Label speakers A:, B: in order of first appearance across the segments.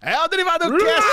A: É o Derivado Cast!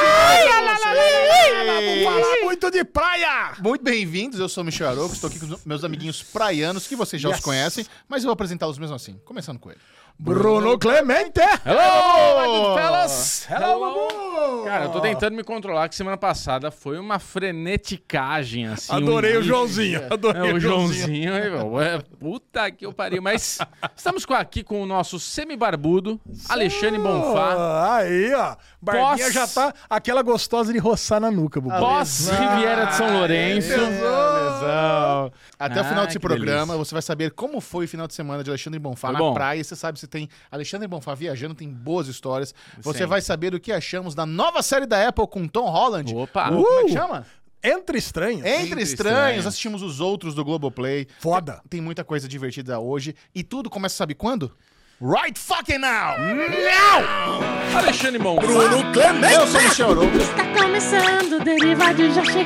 A: Vamos falar muito de praia!
B: Muito bem-vindos, eu sou o Michel Aroco, estou aqui com os meus amiguinhos praianos, que vocês já os
A: Yes.
B: conhecem, mas eu vou apresentá-los mesmo assim, começando com ele.
A: Bruno Clemente!
C: Hello, my good fellas!
A: Hello, Bubu!
C: Cara, eu tô tentando me controlar, que semana passada foi uma freneticagem, assim. um
A: Adorei o
C: nível-
A: Joãozinho, adorei
C: É, o Joãozinho, hein, meu? Ué, puta que eu pariu. Mas estamos com- aqui com o nosso semi-barbudo, Alexandre Bonfá,
A: Ah, Aí, ó. Barbinha
C: Pós-
A: já tá aquela gostosa de roçar na nuca, Bubu.
C: pós Riviera é de São Lourenço.
B: Belezão. Até o
C: Ah,
B: final desse
C: que
B: programa,
C: delícia.
B: você vai saber como foi o final de semana de Alexandre Bonfá
C: Foi
B: na
C: bom.
B: praia. Você sabe se tem Alexandre Bonfá viajando, tem boas histórias. Você
C: Sim.
B: vai saber o que achamos da nova série da Apple com Tom Holland.
C: Opa!
B: O- Como é que
A: Uh!
B: chama?
A: Entre estranhos.
B: Entre,
C: Entre
B: Estranhos.
C: Estranhos.
B: Assistimos os outros do Globoplay.
A: Foda.
B: Tem muita coisa divertida hoje. E tudo começa, sabe quando? Right fucking now!
C: Alexandre Bonfá.
B: Eu sou o Michel Arouca.
D: Está começando, o Derivado já chegou.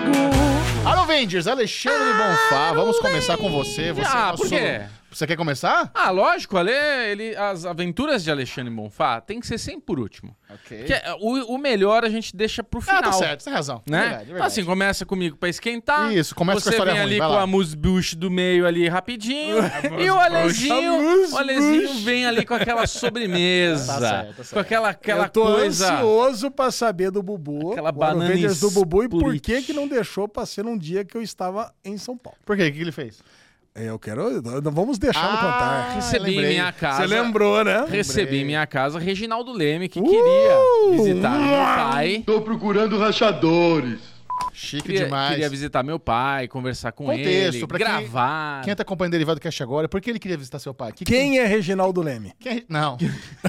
B: Alô, Vendors, Alexandre Bonfá, vamos começar com você. você é
C: Ah,
B: nosso-
C: por quê?
B: Você quer começar?
C: Ah, lógico, Ale, ele, as aventuras de Alexandre Bonfá tem que ser sempre por último.
B: Ok.
C: Porque é, o, o melhor a gente deixa pro final.
B: Ah, tá certo, você tem razão.
C: né?
B: Verdade, verdade.
C: Então, assim, começa comigo pra esquentar.
B: Isso, começa com a
C: Você
B: história
C: vem
B: ruim,
C: ali
B: vai
C: com
B: lá.
C: a musbush do meio ali rapidinho. e o Alezinho,
A: musbush.
C: o Alezinho vem ali com aquela sobremesa.
B: Tá certo, tá certo.
C: Com aquela, aquela
A: eu tô
C: coisa.
A: ansioso pra saber do Bubu,
C: Aquela
A: o
C: banana
A: Aruvenders do Bubu e por
C: split.
A: que que não deixou pra ser um dia que eu estava em São Paulo. É,
B: Por quê? O que ele fez?
A: Eu quero... eu- Vamos deixar no
B: Ah,
A: contar.
C: Recebi em
B: lembrei.
C: minha casa.
A: Você lembrou, né?
C: Recebi em minha casa Reginaldo Leme, que
A: Uh!
C: queria visitar meu pai.
E: Estou procurando rachadores.
B: Chique
C: Queria,
B: demais.
C: queria visitar meu pai, conversar com
B: Contexto,
C: ele,
B: pra quem-
C: gravar.
B: Quem tá acompanhando o Derivado Cash agora, por que ele queria visitar seu pai? Que que
A: Quem é Reginaldo Leme?
B: tem- quem é- Não.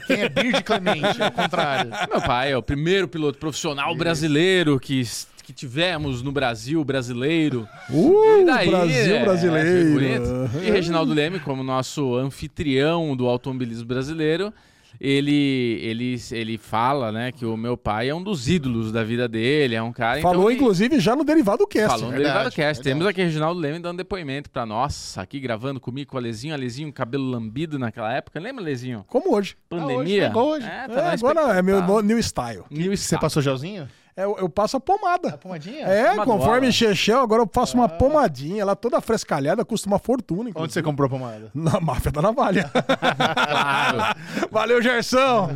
B: Quem é Bird Clemente, ao contrário.
C: Meu pai é o primeiro piloto profissional brasileiro que, que tivemos no Brasil brasileiro.
A: Uh,
C: E daí,
A: Brasil
C: é, achei
A: brasileiro.
C: bonito. E Reginaldo Leme, como nosso anfitrião do automobilismo brasileiro, ele, ele, ele fala né, que o meu pai é um dos ídolos da vida dele, é um cara...
A: Falou,
C: então, que-
A: inclusive, é já no Derivado Cast. né?
C: Falou no
B: Verdade,
C: Derivado Cast.
B: verdade.
C: Temos aqui Reginaldo Leme dando depoimento pra nós, aqui gravando comigo com o Alezinho. Alezinho, cabelo lambido naquela época. Lembra, Alezinho?
A: Como Ah, hoje.
C: Pandemia.
B: pegou hoje.
C: É, tá
A: É,
C: na
A: agora é meu
C: expectativa.
A: no- new style.
C: New
B: Você
C: Star.
B: passou gelzinho?
A: É, eu, eu passo a pomada.
B: Pomadinha?
A: É,
C: Manual,
A: conforme
C: né?
A: Chechel, agora eu
C: Ah.
A: faço uma pomadinha. Ela toda frescalhada, custa uma fortuna.
B: Onde
A: inclusive.
B: você comprou a pomada?
A: Na máfia da navalha.
C: Claro.
A: Valeu, Gersão.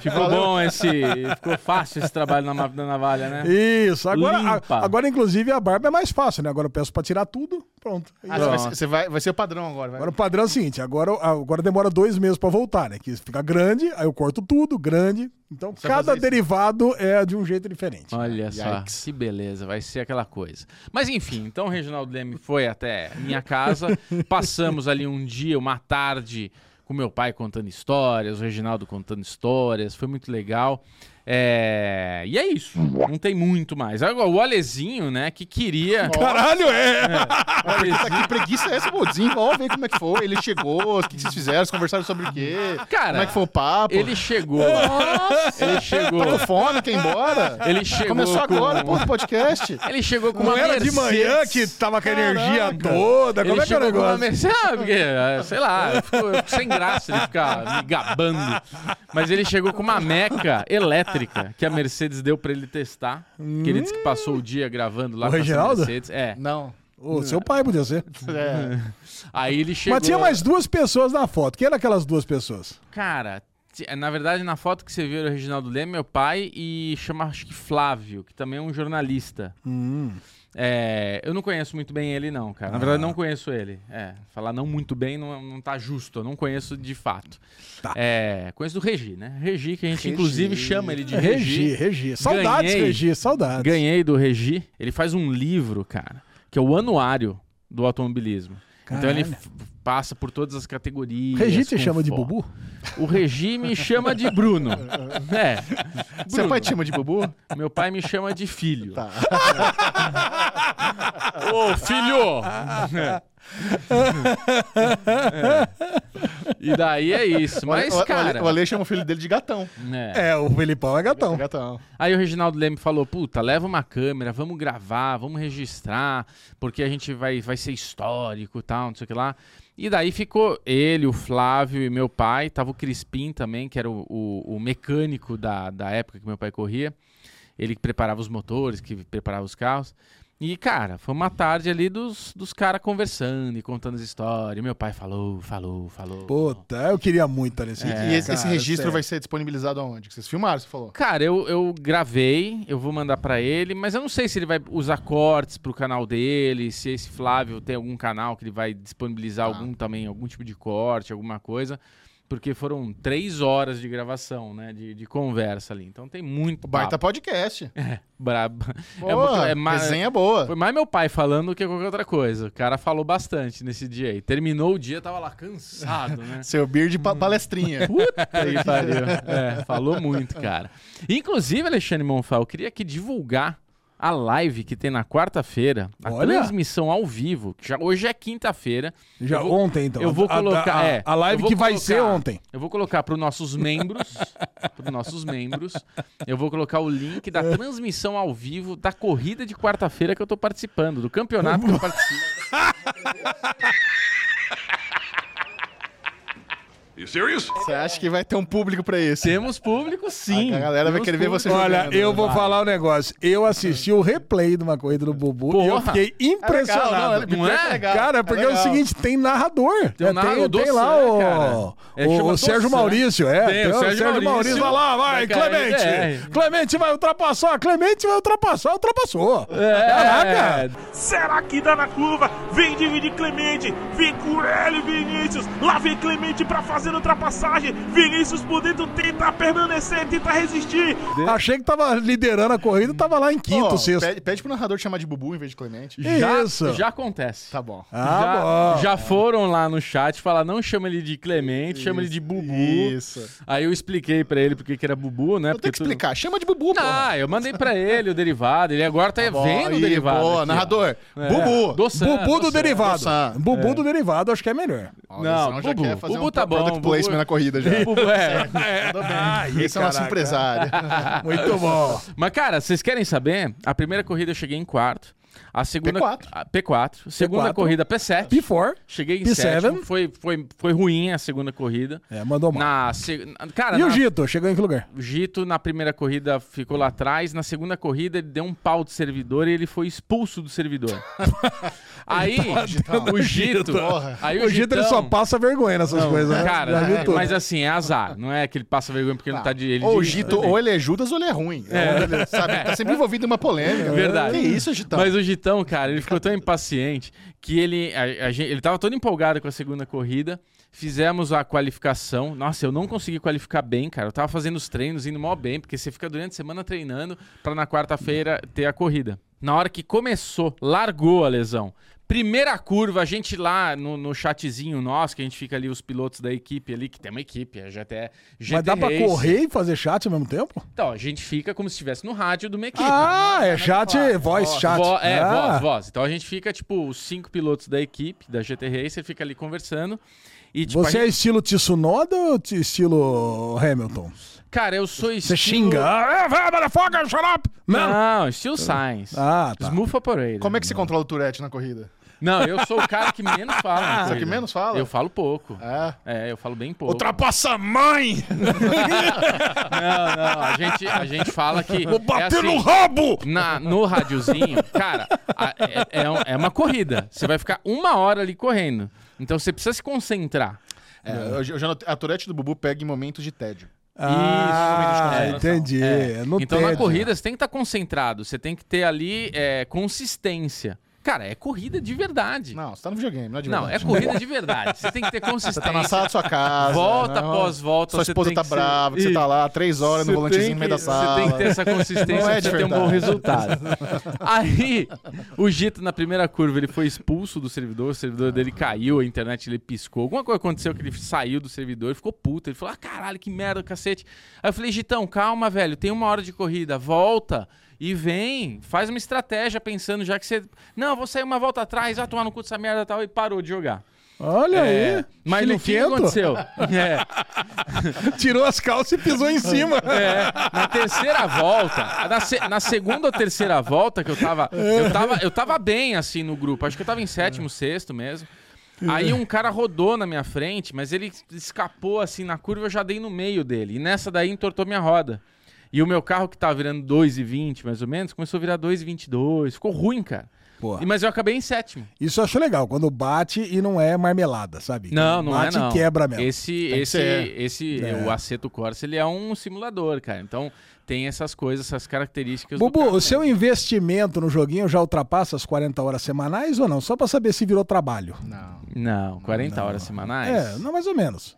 C: Ficou bom esse. Ficou fácil esse trabalho na máquina da navalha, né?
A: Isso. Agora,
C: Limpa.
A: a- agora, inclusive, a barba é mais fácil, né? Agora eu peço pra tirar tudo. Pronto.
B: Ah, você vai,
C: Pronto.
B: você vai, vai ser o padrão agora. Vai.
A: Agora o padrão é o seguinte, agora, agora demora dois meses pra voltar, né? Que fica grande, aí eu corto tudo, grande. Então
B: Você vai
A: cada
B: fazer isso?
A: derivado é de um jeito diferente.
C: Olha só,
B: Yikes.
C: que beleza, vai ser aquela coisa. Mas enfim, então o Reginaldo Leme foi até minha casa, passamos ali um dia, uma tarde, com meu pai contando histórias, o Reginaldo contando histórias, foi muito legal. É, E é isso, não tem muito mais. Agora, o Alezinho, né, que queria...
A: Caralho, é!
B: Tá, que preguiça é essa, pô? Desenvolve aí como é que foi. Ele chegou, o que que vocês fizeram, vocês conversaram sobre o quê?
C: Cara,
B: como é que foi o papo?
C: Ele chegou, ele chegou...
B: Tá com fome, quer ir embora?
C: Ele chegou
B: Começou
C: com- um-
B: agora, pô, o podcast.
C: Ele chegou com
A: Não
C: uma
A: era de
C: Mercedes.
A: manhã que tava com a energia
B: Caraca.
A: toda? Como
C: Ele
A: é que é o
C: chegou com uma
A: negócio?
C: Mercedes, ah, porque, eh, sei lá, eu fico, eu fico sem graça ele ficar me gabando. Mas ele chegou com uma meca elétrica que a Mercedes deu pra ele testar. Que ele disse que passou o dia gravando lá
A: O
C: com a
A: Reginaldo?
C: Mercedes. É.
B: Não.
A: Ô, seu pai podia ser.
B: É.
C: Aí ele chegou.
A: Mas tinha mais duas pessoas na foto. Quem eram aquelas duas pessoas?
C: Cara, ti- na verdade, na foto que você viu era o Reginaldo Leme, meu pai, e chama acho que Flávio, que também é um jornalista.
A: Hum.
C: É, eu não conheço muito bem ele, não,
A: Ah.
C: cara. Na verdade, não conheço ele. É, falar não muito bem não, não tá justo. Eu não conheço de fato.
A: Tá.
C: É, conheço do Regi, né? Regi, que a gente
B: Regi.
C: inclusive chama ele de Regi.
A: Regi, Regi. Saudades,
C: Ganhei.
A: Regi, saudades.
C: Ganhei do Regi. Ele faz um livro, cara, que é o Anuário do Automobilismo. Então ele
A: Caralho.
C: f- passa por todas as categorias.
A: Regi te
C: com
A: chama de
C: foco.
A: Bubu?
C: O regime chama de Bruno. É.
B: Seu
C: Bruno.
B: pai te chama de Bubu?
C: Meu pai me chama de filho.
B: Tá.
C: Ô, filho! É. E daí é isso. Mas,
B: o, o-
C: cara.
B: O Ale chama o filho dele de gatão.
C: né.
A: É, o Felipão é gatão.
B: Gatão.
C: Aí o Reginaldo Leme falou: puta, leva uma câmera, vamos gravar, vamos registrar, porque a gente vai, vai ser histórico e tal, não sei o que lá. E daí ficou ele, o Flávio e meu pai, tava o Crispim também, que era o, o- o mecânico da, da época que meu pai corria. Ele que preparava os motores, que preparava os carros. E, cara, foi uma tarde ali dos, dos caras conversando e contando as histórias. E meu pai falou, falou, falou.
A: Puta, eu queria muito estar nesse
B: E,
A: dia,
B: É, e esse,
A: É,
B: esse
A: cara,
B: registro
A: sério.
B: vai ser disponibilizado aonde? Que vocês filmaram, você falou.
C: Cara, eu, eu gravei, eu vou mandar pra ele, mas eu não sei se ele vai usar cortes pro canal dele, se esse Flávio tem algum canal que ele vai disponibilizar
B: Tá.
C: algum também, algum tipo de corte, alguma coisa, porque foram três horas de gravação, né, de, de conversa ali. Então tem muito
B: Baita
C: papo.
B: podcast.
C: braba. é, muito-
B: Boa,
C: é mais,
B: resenha boa.
C: foi mais meu pai falando do que qualquer outra coisa. O cara falou bastante nesse dia aí. Terminou o dia, tava lá cansado, né?
B: Seu beer de pa- palestrinha.
C: Puta que pariu. É, falou muito, cara. Inclusive, Alexandre Monfal, eu queria aqui divulgar a live que tem na quarta-feira, a
A: Olha!
C: transmissão ao vivo, que já hoje é quinta-feira.
A: Já
C: Eu vou-
A: ontem, então.
C: eu vou
A: A- a-
C: colocar,
A: A,
C: é,
A: a live
C: eu vou
A: que vai
C: colocar-
A: ser ontem.
C: Eu vou colocar para os nossos membros, para nossos membros, eu vou colocar o link da transmissão ao vivo da corrida de quarta-feira que eu tô participando, do campeonato que eu participo.
E: You serious?
B: Você acha que vai ter um público pra isso?
C: Temos público, sim.
B: A galera vai
C: Temos
B: querer ver
C: público.
B: você
A: Olha,
B: jogando,
A: eu
B: né?
A: vou falar um negócio. Eu assisti o replay de uma corrida do Bubu e eu
C: Porra!
A: fiquei
B: É legal,
A: impressionado.
B: não,
C: Não
B: é?
C: é?
B: legal,
A: Cara, porque é, o
B: legal.
A: seguinte, tem narrador.
C: Tem o
A: É,
C: narra- o
A: tem
C: Dossan,
A: lá
C: né,
A: o,
C: cara? É,
A: o,
C: chama
A: o Sérgio
C: Dossan.
A: Maurício, é.
C: Tem, o Sérgio Maurício. é.
A: vai lá, vai,
C: Da KLR.
A: Clemente. Clemente vai ultrapassar, Clemente vai ultrapassar, ultrapassou.
C: É,
A: Caraca.
F: Será que dá na curva? Vem dividir Clemente, vem Curelli Vinícius. Lá vem Clemente pra fazer ultrapassagem. Vinícius por dentro tenta permanecer, tenta resistir.
A: Achei que tava liderando a corrida, tava lá em quinto,
B: Pô,
A: sexto.
B: Pede, pede pro narrador te chamar de Bubu em vez de Clemente.
C: Já,
A: Isso.
C: já acontece.
B: Tá bom.
A: Ah,
C: já,
A: bom.
C: já foram lá no chat falar, não chama ele de Clemente, chama ele de Bubu.
B: Isso.
C: Aí eu expliquei pra ele porque que era Bubu, né?
B: Eu tenho que explicar. Chama de Bubu, pô.
C: Ah, eu mandei pra ele o derivado. Ele agora tá, vendo o derivado. aqui,
B: Boa,
C: ó.
B: narrador.
C: É.
B: Bubu.
C: Doçan,
A: Bubu do
C: Doçan.
A: derivado.
B: Dossan.
A: Bubu do derivado, acho que é melhor.
B: Ó,
C: Não,
B: o Luciano já
C: Bubu.
B: quer fazer
C: Bubu
B: um
C: tá bom,
B: Product
C: Bubu.
B: placement na corrida já.
C: Bubu, é.
B: Mandou bem. Esse é o nosso
A: caraca.
B: empresário.
C: Ah,
A: Muito bom.
C: Mas, cara, vocês querem saber? A primeira corrida eu cheguei em quarto. A segunda.
B: P4.
C: a- P4. Segunda
A: P4.
C: corrida, P7.
A: Before.
C: Cheguei em
A: P7.
C: sétimo. Foi, foi, foi ruim a segunda corrida.
A: É, mandou mal.
C: Na, se- cara,
A: E o
C: na-
A: Gito, chegou em que lugar?
C: O Gito, na primeira corrida, ficou lá atrás. Na segunda corrida, ele deu um pau de servidor e ele foi expulso do servidor. aí,
A: tá
C: o Gito.
B: Porra.
C: Aí
A: O Gito ele
C: Gitão-
A: só passa vergonha nessas
C: Não,
A: coisas, né?
C: Cara,
A: Já viu
C: é,
A: tudo.
C: mas assim, é azar. Não é que ele passa vergonha porque ele não tá de. Ele
B: ou o
C: dirige
B: Gito,
C: também.
B: ou ele é Judas ou ele é ruim. Ou ele- sabe, tá sempre envolvido em uma polêmica.
A: É,
C: Verdade.
B: Que isso, Gitão?
C: Mas o Gitão, cara, ele ficou tão impaciente que ele, a, a gente, ele tava todo empolgado com a segunda corrida. Fizemos a qualificação. Nossa, eu não consegui qualificar bem, cara. Eu tava fazendo os treinos indo mó bem, porque você fica durante a semana treinando pra na quarta-feira ter a corrida. Na hora que começou, largou a lesão. Primeira curva, a gente lá no, no chatzinho nosso, que a gente fica ali, os pilotos da equipe ali, que tem uma equipe, é a GTE. GT
A: Mas dá pra
C: Race.
A: correr e fazer chat ao mesmo tempo?
C: Então, a gente fica como se estivesse no rádio de uma equipe.
A: Ah, é chat, voice chat.
C: Vo- é,
A: Ah,
C: voz, voz. Então a gente fica, tipo, os cinco pilotos da equipe, da GT Racer, fica ali conversando. E, tipo, a
A: Você é
C: gente-
A: estilo Tsunoda ou t- estilo Hamilton?
C: cara, eu sou estilo... Ah.
A: Você xinga. Ah, vai, motherfucker, shut up!
C: Não,
A: Não. Tá.
C: estilo Science.
A: Ah, tá.
C: Smooth operator.
B: Como é que você controla o Tourette na corrida?
C: Não, eu sou o cara que menos fala.
B: Você é o que menos fala?
C: Eu falo pouco.
B: É.
C: É, eu falo bem pouco.
A: Ultrapassa a mãe!
C: Não, não, a gente, a gente fala que... Vou
A: Bater no
C: assim.
A: rabo!
C: na, no radiozinho, cara, a- é, é um- é uma corrida. Você vai ficar uma hora ali correndo. Então você precisa se concentrar.
B: É, eu- eu já notei- a Tourette do Bubu pega em momentos de tédio.
A: Ah,
C: Isso,
A: entendi. No
C: então na
A: tédio. né?
C: corrida você tem que estar concentrado, você tem que ter ali é, consistência. Cara, é corrida de verdade. Não,
B: Não, você tá no videogame, não é de
C: é
B: verdade.
C: corrida de verdade. Você tem que ter
B: Você
C: consistência.
B: tá na sala da sua casa.
C: volta
B: não.
C: após volta.
B: Sua
C: você
B: esposa
C: tem
B: tá
C: que ser-
B: brava, você tá lá três horas no
C: Você
B: volantezinho
C: tem
B: no meio
C: que-
B: da sala.
C: Você tem que ter essa consistência
B: Não
C: pra
B: é de
C: ter um bom
B: verdade.
C: resultado. Aí, o Gito, na primeira curva, ele foi expulso do servidor, o servidor dele caiu, a internet ele piscou. Alguma coisa aconteceu que ele saiu do servidor, ele ficou puto. Ele falou: ah, caralho, que merda, cacete. Aí eu falei: Gitão, calma, velho, tem uma hora de corrida, volta. E vem, faz uma estratégia pensando já que você. Não, vou sair uma volta atrás, vai tomar no cu dessa merda e tal, e parou de jogar.
A: Olha
C: É,
A: aí.
C: mas no fim, o que aconteceu?
A: Chiliquento.
C: É,
A: Tirou as calças e pisou em cima.
C: É, na terceira volta, na, se- na segunda ou terceira volta que eu tava, eu tava, eu tava bem assim no grupo. Acho que eu tava em sétimo, sexto mesmo. Aí um cara rodou na minha frente, mas ele escapou assim na curva, eu já dei no meio dele. E nessa daí entortou minha roda. E o meu carro que tava virando 2,20 mais ou menos, começou a virar 2,22. Ficou ruim, cara.
A: Porra.
C: E- Mas eu acabei em sétimo.
A: Isso eu acho legal, quando bate e não é marmelada, sabe?
C: Não,
A: Quando
C: não
A: bate
C: é não.
A: e quebra mesmo.
C: Esse,
B: que
C: esse,
B: ser.
C: esse,
A: É.
C: o Aceto Corsa, ele é um simulador, cara. Então tem essas coisas, essas características. do
A: Bubu,
C: carro.
A: o seu investimento no joguinho já ultrapassa as 40 horas semanais ou não? Só pra saber se virou trabalho.
B: Não.
C: Não, 40 horas semanais.
A: É, não, mais ou menos.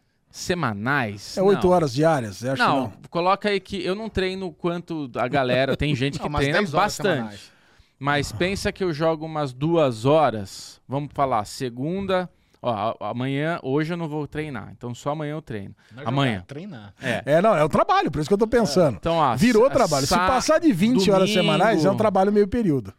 C: Semanais?
A: É 8
C: não.
A: horas diárias, eu acho que
C: Não,
A: não.
C: coloca aí que eu não treino quanto a galera. Tem gente que
B: Não, umas
C: treina
B: 10 horas
C: bastante.
B: semanais.
C: Mas
A: Ah.
C: pensa que eu jogo umas duas horas. Vamos falar, segunda. Ó, a- amanhã, hoje eu não vou treinar. Então só amanhã eu treino.
B: Não é jogar,
C: amanhã.
B: Treinar.
A: É, não, é o trabalho, por isso que eu tô pensando.
C: Então, ó,
A: Virou
C: sa-
A: trabalho. Se
C: sa-
A: passar de 20 horas
C: domingo.
A: semanais, é um trabalho meio período.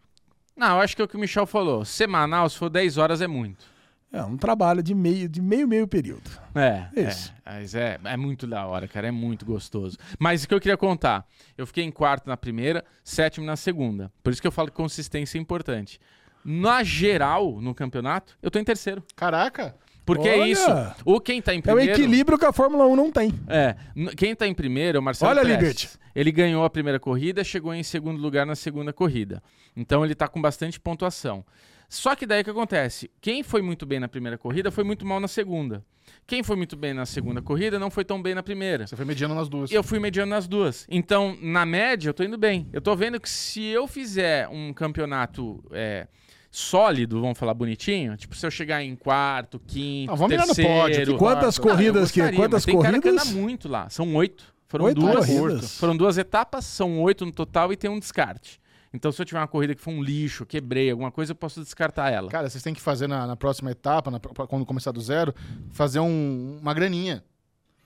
C: Não, eu acho que é o que o Michel falou. Semanal, se for 10 horas, é muito.
A: É um trabalho de meio, de meio, meio período.
C: É,
A: Isso.
C: é. mas é, é muito da hora, cara, é muito gostoso. Mas o que eu queria contar, eu fiquei em quarto na primeira, sétimo na segunda. Por isso que eu falo que consistência é importante. Na geral, no campeonato, eu tô em terceiro.
B: Caraca.
C: Porque é
A: Olha!
C: isso. O quem tá em
A: É o
C: primeiro.
A: equilíbrio que a Fórmula 1 não tem.
C: É, n- quem tá em primeiro é o Marcelo
A: Olha,
C: Prestes.
A: Liberty.
C: Ele ganhou a primeira corrida, chegou em segundo lugar na segunda corrida. Então ele tá com bastante pontuação. Só que daí o que acontece? Quem foi muito bem na primeira corrida foi muito mal na segunda. Quem foi muito bem na segunda corrida não foi tão bem na primeira.
B: Você foi mediano nas duas.
C: E eu fui mediano nas duas. Então, na média, eu tô indo bem. Eu tô vendo que se eu fizer um campeonato é, sólido, vamos falar bonitinho, tipo, se eu chegar em quarto, quinto,
B: Ah, vamos mirar no
C: terceiro...
B: pódio, que
A: Quantas
C: Não, Ah, eu
A: corridas que?
C: gostaria, mas
A: Quantas
C: tem cara que anda
A: corridas?
C: muito lá. São oito. Foram
A: Oito
C: duas.
A: corridas.
C: Foram duas etapas, são oito no total e tem um descarte. Então, se eu tiver uma corrida que foi um lixo, quebrei, alguma coisa, eu posso descartar ela.
B: Cara, vocês têm que fazer na, na próxima etapa, na pro- quando começar do zero, fazer um- uma graninha.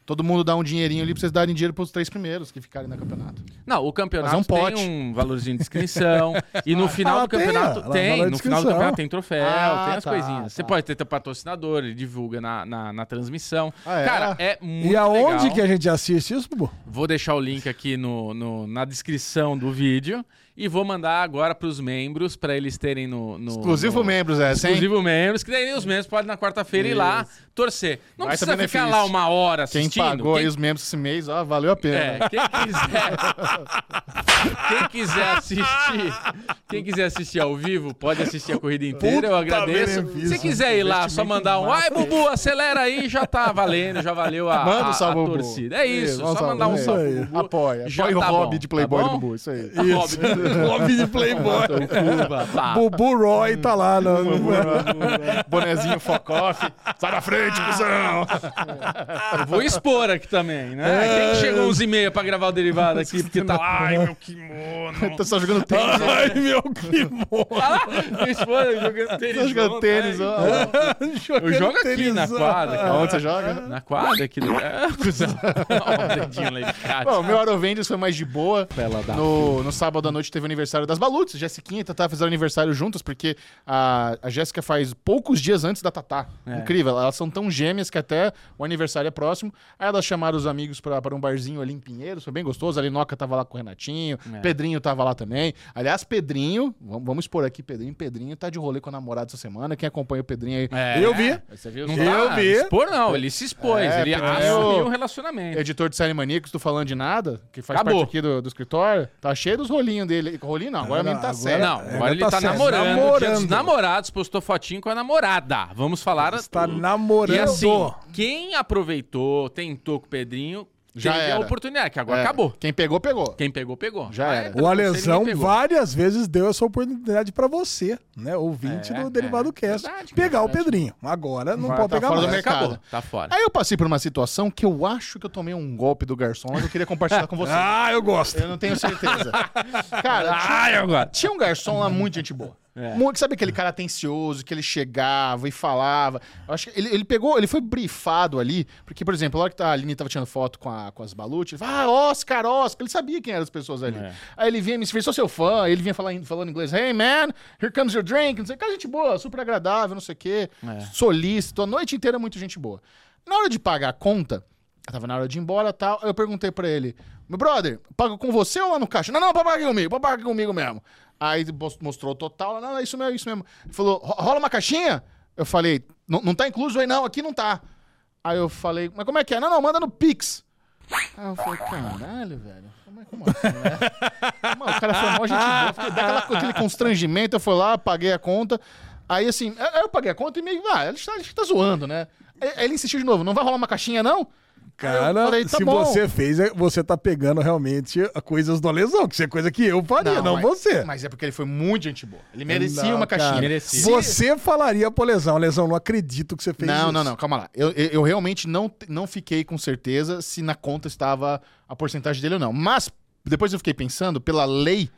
B: Todo mundo dá um dinheirinho ali pra vocês darem dinheiro pros três primeiros que ficarem no campeonato.
C: Não, o campeonato
B: Fazer um pote.
C: tem um valorzinho de inscrição. e no final
A: é Ah,
C: do
A: tem,
C: campeonato
A: ah, lá,
C: tem.
A: valor de
C: no final do
A: inscrição.
C: campeonato tem troféu,
B: Ah,
C: tem as
B: tá,
C: coisinhas. Você
B: tá.
C: pode ter teu patrocinador, ele divulga na, na, na transmissão.
B: Ah, é?
C: Cara, é muito
A: E aonde
C: legal.
A: que a gente assiste isso, Bubu?
C: Vou deixar o link aqui no, no- na descrição do vídeo. E vou mandar agora pros membros, pra eles terem no. no
B: Exclusivo
C: no...
B: membros, é. Sem...
C: Exclusivo membros, que daí os membros podem na quarta-feira ir lá torcer. Não
B: Vai
C: precisa
B: também
C: ficar
B: benefício.
C: lá uma hora
B: Quem
C: assistindo.
B: pagou
C: Quem
B: aí os membros esse mês, ó, valeu a pena.
C: é, quem quiser. quem quiser assistir. Quem quiser assistir ao vivo, pode assistir a corrida inteira, eu agradeço.
A: benefício.
C: Se quiser ir lá, só mandar um ai, Bubu, acelera aí, já tá valendo, já valeu a,
B: Manda um
C: a-
B: salve
C: a
B: ao Bubu.
C: torcida. É
B: Isso,
C: isso,
B: manda um
C: só
B: salve,
C: mandar um
A: isso
C: salve.
A: aí.
C: ao Bubu.
B: Apoia.
C: Já
B: Apoia o
C: tá
B: hobby
C: bom,
B: de Playboy
C: tá
B: do
C: bom?
B: Bubu, isso aí.
C: Hobby do
A: Lobby de Playboy.
C: Buba, tá.
A: Ah. Bubu Roy tá lá. No...
B: Hum. Bonezinho focoff. Sai da frente, cuzão!
C: Eu Vou expor aqui também, né? Quem que
B: É.
C: chegou uns e meia pra gravar o derivado aqui, porque tá. Ai, meu kimono.
B: Tô só jogando
C: Tá
B: tênis.
A: Ai, meu kimono.
C: Ah, expor, jogando
B: Tô
C: tênis.
B: jogando
C: junto, é, então.
B: tênis,
C: ai.
B: ó.
C: Eu jogo aqui na
A: Tênis, ó.
C: quadra, cara.
B: Onde você joga?
C: Na quadra aqui do. É, cuzão. Ó, o dedinho lá de cá.
B: Bom, o meu Arovendes foi mais de boa.
C: Ela dá.
B: No, no sábado à noite teve o aniversário das Balutes. Jessiquinha e Tatá fizeram aniversário juntas, porque a, a Jéssica faz poucos dias antes da Tatá.
C: É.
B: Incrível, elas são tão gêmeas que até o aniversário é próximo. Aí elas chamaram os amigos pra- pra um barzinho ali em Pinheiros, foi bem gostoso. A Linoca tava lá com o Renatinho,
C: É.
B: Pedrinho tava lá também. Aliás, Pedrinho, vamos, vamos expor aqui Pedrinho. Pedrinho tá de rolê com a namorada essa semana. Quem acompanha o Pedrinho aí
C: É.
A: Eu vi.
C: Você viu?
A: Eu
C: Não tá
A: vi.
C: Expor não, ele se expôs.
B: É,
C: ele
B: porque
C: assumiu
B: eu-
C: o relacionamento.
B: editor de Série Maníacos do Falando de Nada, que faz
C: Acabou.
B: parte aqui do, do escritório, tá cheio dos rolinhos dele. Rolinho não, agora
A: Não,
B: mesmo tá
A: agora-
B: sério.
C: Não,
A: É,
C: agora ele
A: tá
C: tá
A: certo.
C: namorando. Dia dos
A: Namorando.
C: namorados postou fotinho com a namorada. Vamos falar.
A: Tá namorando.
C: e assim, quem aproveitou, tentou com o Pedrinho,
B: Já
C: teve a
B: era.
C: oportunity, que agora
B: É,
C: acabou.
B: Quem pegou, pegou.
C: Quem pegou, pegou.
B: Já
C: Ah,
B: era.
C: eu
A: O
C: não sei,
A: Alesão
C: ninguém pegou.
A: várias vezes deu essa oportunidade pra você, né? Ouvinte
C: É,
A: do Derivado
C: é,
A: Cast.
C: verdade,
A: pegar
C: verdade.
A: o Pedrinho. Agora não
B: Vai,
A: pode
B: tá
A: pegar
B: fora do
A: mais.
B: mercado.
C: Acabou,
B: Cara.
C: tá fora.
B: Aí eu passei por uma situação que eu acho que eu tomei um golpe do garçom, mas eu queria compartilhar com você.
A: Ah, eu gosto.
B: Eu não tenho certeza. Cara,
C: Ai, agora.
B: tinha um garçom lá muito gente boa. Muito, sabe aquele cara atencioso que ele chegava e falava? Eu acho que ele, ele pegou, ele foi brifado ali, porque, por exemplo, na hora que a Aline tava tirando foto com, a, com as Balut, ele falava, ah, Oscar, Oscar, ele sabia quem eram as pessoas ali. Aí ele vinha, me disse, sou seu fã, aí ele vinha falar, em- falando em inglês, hey man, here comes your drink, não sei o que, cara, gente boa, super agradável, não sei o quê, solícito, a noite inteira muito gente boa. Na hora de pagar a conta, eu tava na hora de ir embora e tal. Eu perguntei pra ele: Meu brother, paga com você ou lá no caixa? Não, não, paga comigo, paga comigo mesmo. Aí mos- mostrou o total. Não, não, é isso mesmo, é isso mesmo. Ele falou: "Ro- Rola uma caixinha? Eu falei: Não não tá incluso aí, não, aqui não tá. Aí eu falei: Mas como é que é? Não, não, manda no Pix. Aí eu falei: Caralho, velho. como é- Como assim, né? Mano, o cara foi mó gente boa. Eu Fiquei, dá aquela- aquele constrangimento, eu fui lá, paguei a conta. Aí assim, aí eu paguei a conta e meio, ah, ele tá, ele tá zoando, né? Aí aí ele insistiu de novo, não vai rolar uma caixinha, não? Aí eu
A: Cara,
B: falei, tá
A: se
B: bom.
A: você fez, é- você tá pegando realmente a coisas do lesão, que isso é coisa que eu faria, não,
B: mas,
A: você.
B: Mas é porque ele foi muito gente boa. Ele merecia
A: Não,
B: uma
A: cara.
B: caixinha.
C: Merecia.
A: Você falaria pro lesão, lesão, não acredito que você fez
B: Não,
A: isso.
B: não, não, calma lá. Eu, eu, eu realmente não, não fiquei com certeza se na conta estava a porcentagem dele ou não. Mas depois eu fiquei pensando, pela lei,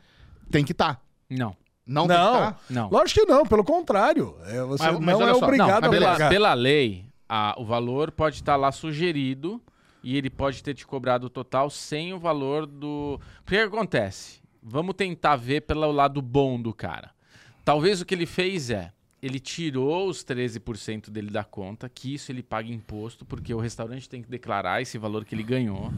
B: tem que estar.
C: Não,
B: Não, tem que tá.
A: Não,
B: estar.
C: não.
A: Lógico que não, pelo contrário. É, você
B: Mas- mas
A: não
B: olha
A: é
B: só,
A: obrigado
B: não,
A: a
B: beleza.
A: pagar.
C: Pela lei, a- o valor pode estar lá sugerido e ele pode ter te cobrado o total sem o valor do. O que acontece? Vamos tentar ver pelo lado bom do cara. Talvez o que ele fez é. Ele tirou os 13% dele da conta, que isso ele paga imposto, porque o restaurante tem que declarar esse valor que ele ganhou.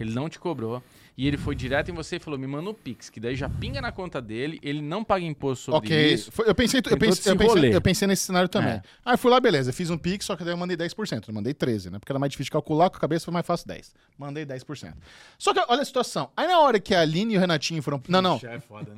C: Ele não te cobrou. E ele foi direto em você e falou: me manda o Pix, que daí já pinga na conta dele, ele não paga imposto sobre
B: Ok,
C: isso.
B: foi- eu, pensei, eu,
C: Tem todo
B: pensei,
C: esse
B: eu, pensei,
C: rolê.
B: eu pensei nesse cenário também.
C: É.
B: Aí eu fui lá, beleza, fiz um PIX, só que daí eu mandei 10%, não mandei 13%, né? Porque era mais difícil de calcular, com a cabeça foi mais fácil 10%. Mandei 10%. Só que olha a situação. Aí na hora que a Aline e o Renatinho foram... Não, não.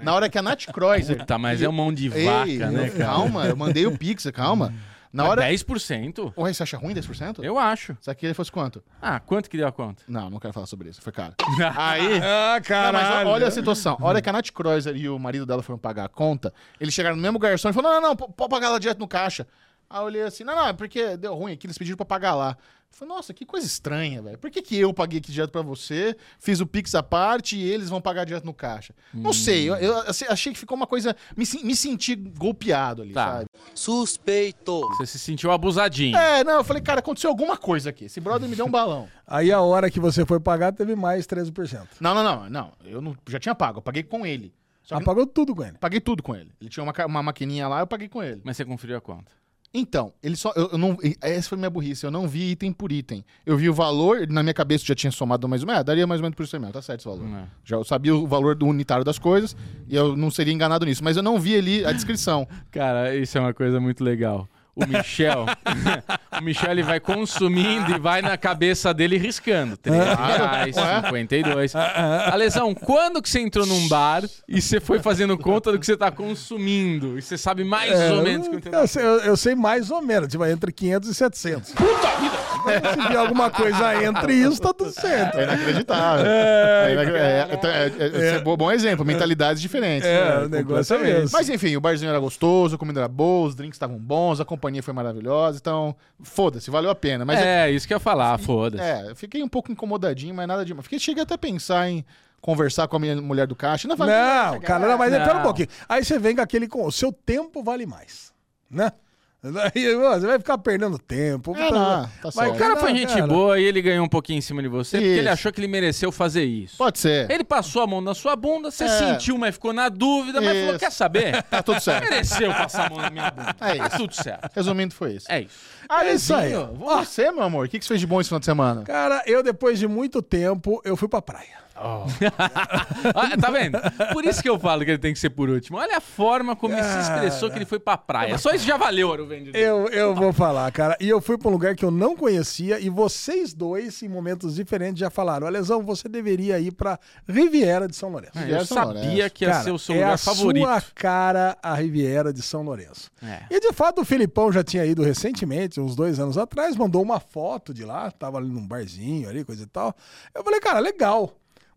B: Na hora que a Nath Kreuzer...
C: Puta, mas é um mão de
B: Ei,
C: vaca, né, cara?
B: Calma, eu mandei o Pix, calma. Na hora...
C: 10%?
B: Ué, você acha ruim 10%?
C: Eu acho.
B: Se aquele fosse quanto?
C: Ah, quanto que deu a conta?
B: Não, não quero falar sobre isso, foi caro. Aí...
A: Ah,
B: Não, mas
A: caralho.
B: olha a situação. A hora que a Nath Kreuzer e o marido dela foram pagar a conta, eles chegaram no mesmo garçom e falaram: não, não, não, pode pagar lá direto no caixa. Aí eu olhei assim: não, não, é porque deu ruim aqui, eles pediram pra pagar lá. Eu falei, nossa, que coisa estranha, velho. Por que, que eu paguei aqui direto pra você, fiz o Pix à parte e eles vão pagar direto no caixa? Não sei, eu, eu assim, achei que ficou uma coisa. Me, sen- me senti golpeado ali,
C: Tá.
B: sabe?
G: Suspeito.
C: Você se sentiu abusadinho.
B: É, não, eu falei, cara, aconteceu alguma coisa aqui. Esse brother me deu um balão.
A: Aí a hora que você foi pagar, teve mais 13%.
B: não, não, não, não. Eu não, já tinha pago, eu paguei com ele. Só que-
A: Apagou tudo com ele.
B: Paguei tudo com ele. Ele tinha uma, ca- uma maquininha lá, eu paguei com ele.
C: Mas você conferiu a conta.
B: Então, ele só. Eu, eu não, essa foi minha burrice. Eu não vi item por item. Eu vi o valor, na minha cabeça já tinha somado mais ou menos. ah, daria mais ou menos por isso mesmo, tá certo esse valor.
C: É.
B: Já eu sabia o valor do unitário das coisas e eu não seria enganado nisso. Mas eu não vi ali a descrição.
C: Cara, isso é uma coisa muito legal. O Michel, o Michel ele vai consumindo e vai na cabeça dele riscando. Ah, 13 reais, 52. ah, Alesão, quando que você entrou num bar e você foi fazendo conta do que você tá consumindo? E você sabe mais ou menos quanto
A: É, eu, sei, eu- eu sei mais ou menos, tipo, entre 500 e 700. Puta vida! Se vier alguma coisa entre isso, tá tudo certo.
B: É inacreditável. É, inacre- é, então, é, é, esse é bo- bom exemplo, mentalidades diferentes.
A: É, o negócio é esse.
B: Mas enfim, o barzinho era gostoso, a comida era boa, os drinks estavam bons, a companhia foi maravilhosa, então foda-se, valeu a pena. Mas
C: É, isso que eu ia falar, foda-se.
B: É, eu fiquei um pouco incomodadinho, mas nada demais. Fiquei, cheguei até a pensar em conversar com a minha mulher do caixa. né? Não, falei,
A: Não, cara, não, mas é pera um
C: Não.
A: pouquinho. Aí você vem com aquele com. O seu tempo vale mais. Né? Aí, ó, você vai ficar perdendo tempo.
B: É, não, tá
A: vai-
B: certo.
C: O cara foi
A: Não,
C: gente
A: cara.
C: boa e ele ganhou um pouquinho em cima de você porque
B: Isso.
C: ele achou que ele mereceu fazer isso.
B: Pode ser.
C: Ele passou a mão na sua bunda, você
B: É.
C: sentiu, mas ficou na dúvida, mas
B: Isso.
C: falou: quer saber?
B: Tá tudo certo.
C: Mereceu passar a mão na minha bunda.
B: É
C: Tá
B: isso.
C: tudo certo.
B: Resumindo, foi isso.
C: É isso.
B: Ah,
A: é isso aí.
B: Lezinho, Você, meu amor, o que, que você fez de bom esse final de semana?
A: Cara, eu depois de muito tempo, eu fui pra praia.
C: Ah, tá vendo? Por isso que eu falo que ele tem que ser por último. Olha a forma como
B: Ah.
C: ele se expressou que ele foi pra praia. Só isso já valeu, Ouro Vendido.
A: Eu, eu vou falar, cara. E eu fui pra um lugar que eu não conhecia e vocês dois, em momentos diferentes, já falaram: Alesão, você deveria ir pra Riviera de São Lourenço.
C: Ah, Eu
B: Gerson
C: sabia
B: Lourenço.
C: que ia
A: Cara,
C: ser o seu
A: é
C: lugar
A: a
C: favorito.
A: sua cara a Riviera de São Lourenço.
C: É.
A: E de fato o Filipão já tinha ido recentemente, uns dois anos atrás, mandou uma foto de lá, tava ali num barzinho ali, coisa e tal. Eu falei, cara, legal.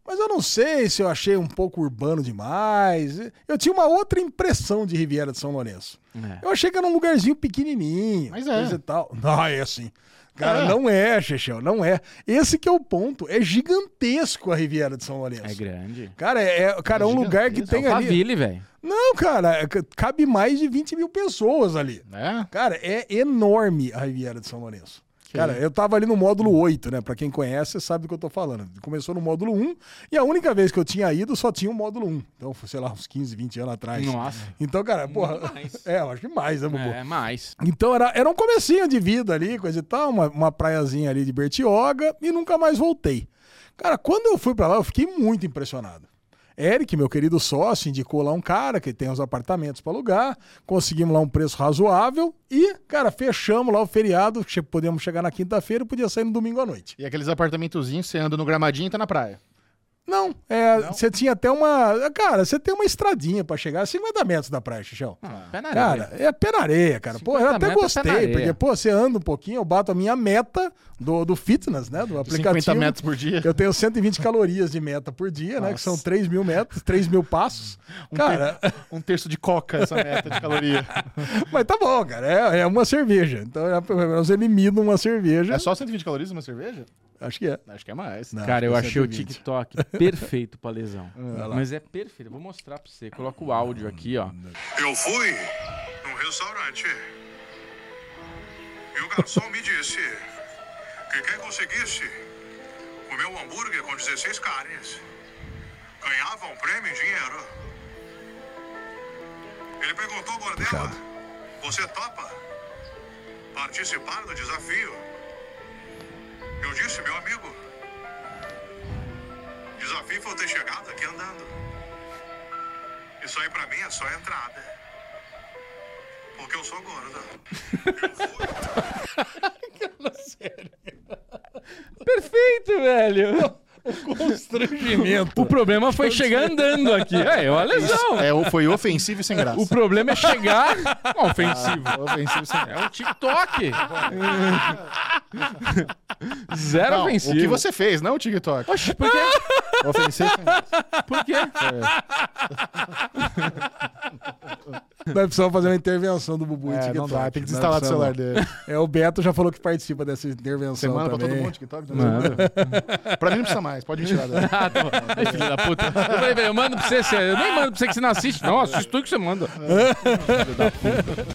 A: Mas eu não sei se eu achei um pouco urbano demais. Eu tinha uma outra impressão de Riviera de São Lourenço.
C: É.
A: Eu achei que era um lugarzinho pequenininho,
B: Mas é.
A: coisa e tal. Não, é assim. Cara,
B: É.
A: não é, Chechel, não é. Esse que é o ponto. É gigantesco a Riviera de São Lourenço.
C: É grande.
A: Cara, é, é- cara, é um
B: É
A: lugar que
B: gigantesco.
A: tem ali.
C: Alphaville, velho.
A: Não, cara, é que cabe mais de 20 mil pessoas ali.
B: né?
A: Cara, é enorme a Riviera de São Lourenço. Cara, eu tava ali no módulo 8, né? Pra quem conhece, sabe do que eu tô falando. Começou no módulo 1 e a única vez que eu tinha ido só tinha o módulo 1. Então, foi, sei lá, uns 15, 20 anos atrás.
C: Nossa.
A: Então, cara, porra.
C: mais.
A: É, eu acho que mais, né, Bubu?
C: É, mais.
A: Então era, era um comecinho de vida ali, coisa e tal, uma, uma praiazinha ali de Bertioga e nunca mais voltei. Cara, quando eu fui pra lá, eu fiquei muito impressionado. Eric, meu querido sócio, indicou lá um cara que tem os apartamentos pra alugar, conseguimos lá um preço razoável e, cara, fechamos lá o feriado, che- podíamos chegar na quinta-feira e podia sair no domingo à noite.
B: E aqueles apartamentozinhos, você anda no gramadinho e tá na praia.
A: Não, é, você tinha até uma, cara, você tem uma estradinha pra chegar a 50 metros da praia, Xixão.
C: Pé na areia.
A: Cara, é pé na areia, cara. Pô, eu
C: 50 metros é
A: até
C: pé na
A: gostei,
C: areia.
A: porque, pô, você anda um pouquinho, eu bato a minha meta do, do fitness, né? Do aplicativo.
B: 50 metros por dia.
A: Eu tenho 120 calorias de meta por dia, né? Que são 3 mil metros, 3 mil passos. cara,
B: Um terço de coca essa meta de caloria.
A: mas tá bom, cara. É, é uma cerveja. Então, é, pelo menos ele mida uma cerveja.
B: É só 120 calorias uma cerveja?
A: Acho que é.
B: Acho que é mais.
A: Não,
C: Cara, eu
A: acho que
C: achei
A: é
C: o
A: 120.
C: TikTok perfeito pra lesão. Mas é perfeito. Eu Vou mostrar pra você. Coloca o áudio aqui, ó.
G: Eu fui num restaurante. E o garçom me disse que quem conseguisse comer um hambúrguer com 16 carnes ganhava um prêmio em dinheiro. Ele perguntou, Gordela, você topa participar do desafio? Eu disse, meu amigo, desafio foi eu ter chegado aqui andando. Isso aí pra mim é só entrada. Porque eu sou gordo.
C: Perfeito, velho. O problema foi chegar andando aqui. É, olha a lesão.
B: É, o- foi ofensivo e sem graça. Ah,
C: O problema é chegar ofensivo.
B: ofensivo e sem graça.
C: É um TikTok. Zero
B: Não,
C: ofensivo.
B: o que você fez, não o TikTok.
C: Oxe, por quê?
B: Ofensivo e sem graça.
C: Por quê?
A: Nós precisamos fazer uma intervenção do Bubu e
B: É, não
A: TikTok.
B: dá, tem que
A: Nós
B: desinstalar do
A: precisamos.
B: celular dele.
A: É, o Beto já falou que participa dessa intervenção
B: Semana pra
A: também.
B: todo mundo TikTok. né? Pra mim não precisa mais, pode me tirar dela.
C: Ah, tá bom. Ai, filho da puta. Eu falei, velho, eu mando pra você, você- eu nem mando pra você que você não assiste. Não, assisto tudo que você manda.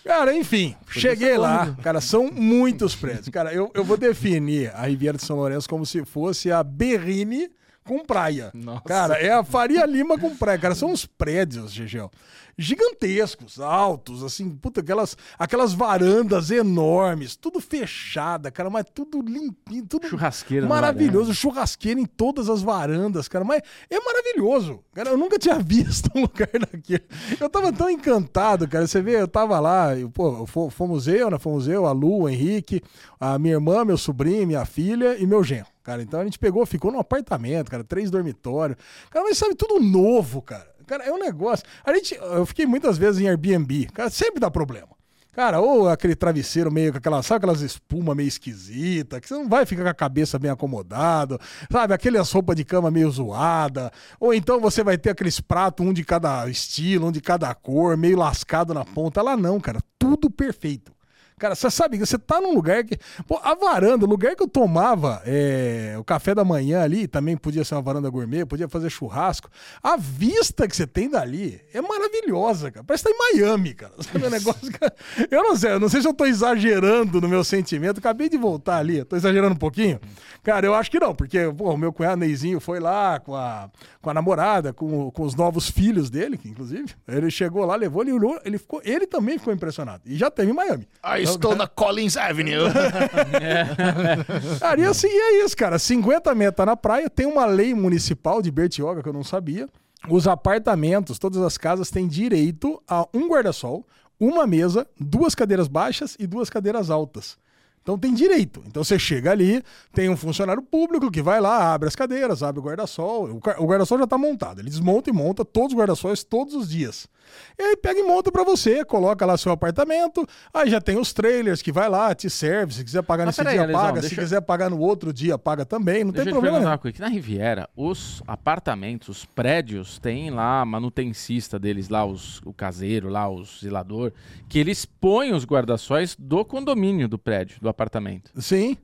A: Cara, enfim, cheguei lá. Cara, são muitos prédios. Cara, eu, eu vou definir a Riviera de São Lourenço como se fosse a Berrine com praia. Cara, é a Faria Lima com praia. Cara, são uns prédios, Gegel, gigantescos, altos, assim, puta, aquelas, aquelas varandas enormes, tudo fechada, cara, mas tudo limpinho, tudo
C: Churrasqueira na
A: maravilhoso, churrasqueira em todas as varandas, cara, mas é maravilhoso. Cara, eu nunca tinha visto um lugar daquele. Eu tava tão encantado, cara, você vê, eu tava lá, eu, pô, fo- fomos eu, né, fomos eu, a Lu, o Henrique, a minha irmã, meu sobrinho, minha filha e meu genro. Cara, então a gente pegou, ficou num apartamento, cara, três dormitórios. Cara, mas sabe, tudo novo, cara. Cara, é um negócio. A gente, eu fiquei muitas vezes em Airbnb. Cara, sempre dá problema. Cara, ou aquele travesseiro meio com aquela, sabe aquelas espuma meio esquisita, que você não vai ficar com a cabeça bem acomodado, sabe? Aquelas roupas de cama meio zoada, ou então você vai ter aqueles pratos, um de cada estilo, um de cada cor, meio lascado na ponta. Lá não, cara, tudo perfeito. Cara, você sabe que você tá num lugar que. Pô, a varanda, o lugar que eu tomava é, o café da manhã ali, também podia ser uma varanda gourmet, podia fazer churrasco. A vista que você tem dali é maravilhosa, cara. Parece que tá em Miami, cara. Sabe, é um negócio que- Eu não sei, eu não sei se eu tô exagerando no meu sentimento. Acabei de voltar ali, tô exagerando um pouquinho. Cara, eu acho que não, porque pô, o meu cunhado Neizinho foi lá com a, com a namorada, com, o- com os novos filhos dele, que, inclusive. Ele chegou lá, levou, ele olhou, ele ficou. Ele também ficou impressionado. E já teve em Miami.
B: Ah, estou na Collins Avenue.
A: Cara, e assim, e é isso, cara. 50 metros tá na praia, tem uma lei municipal de Bertioga que eu não sabia. Os apartamentos, todas as casas têm direito a um guarda-sol, uma mesa, duas cadeiras baixas e duas cadeiras altas. Então tem direito. Então você chega ali, tem um funcionário público que vai lá, abre as cadeiras, abre o guarda-sol. O ca- O guarda-sol já tá montado. Ele desmonta e monta todos os guarda-sóis todos os dias. E aí pega e monta pra você, coloca lá seu apartamento. Aí já tem os trailers que vai lá, te serve. Se quiser pagar
C: Mas
A: nesse
C: peraí,
A: dia,
C: Alesão,
A: paga. Se
C: deixa eu-
A: quiser pagar no outro dia, paga também. Não
C: Deixa eu
A: tem
C: te
A: problema
C: perguntar
A: nenhum.
C: uma coisa. Aqui na Riviera, os apartamentos, os prédios, tem lá manutencista deles lá, os, o caseiro lá, o zelador, que eles põem os guarda-sóis do condomínio do prédio, do apartamento.
A: Sim.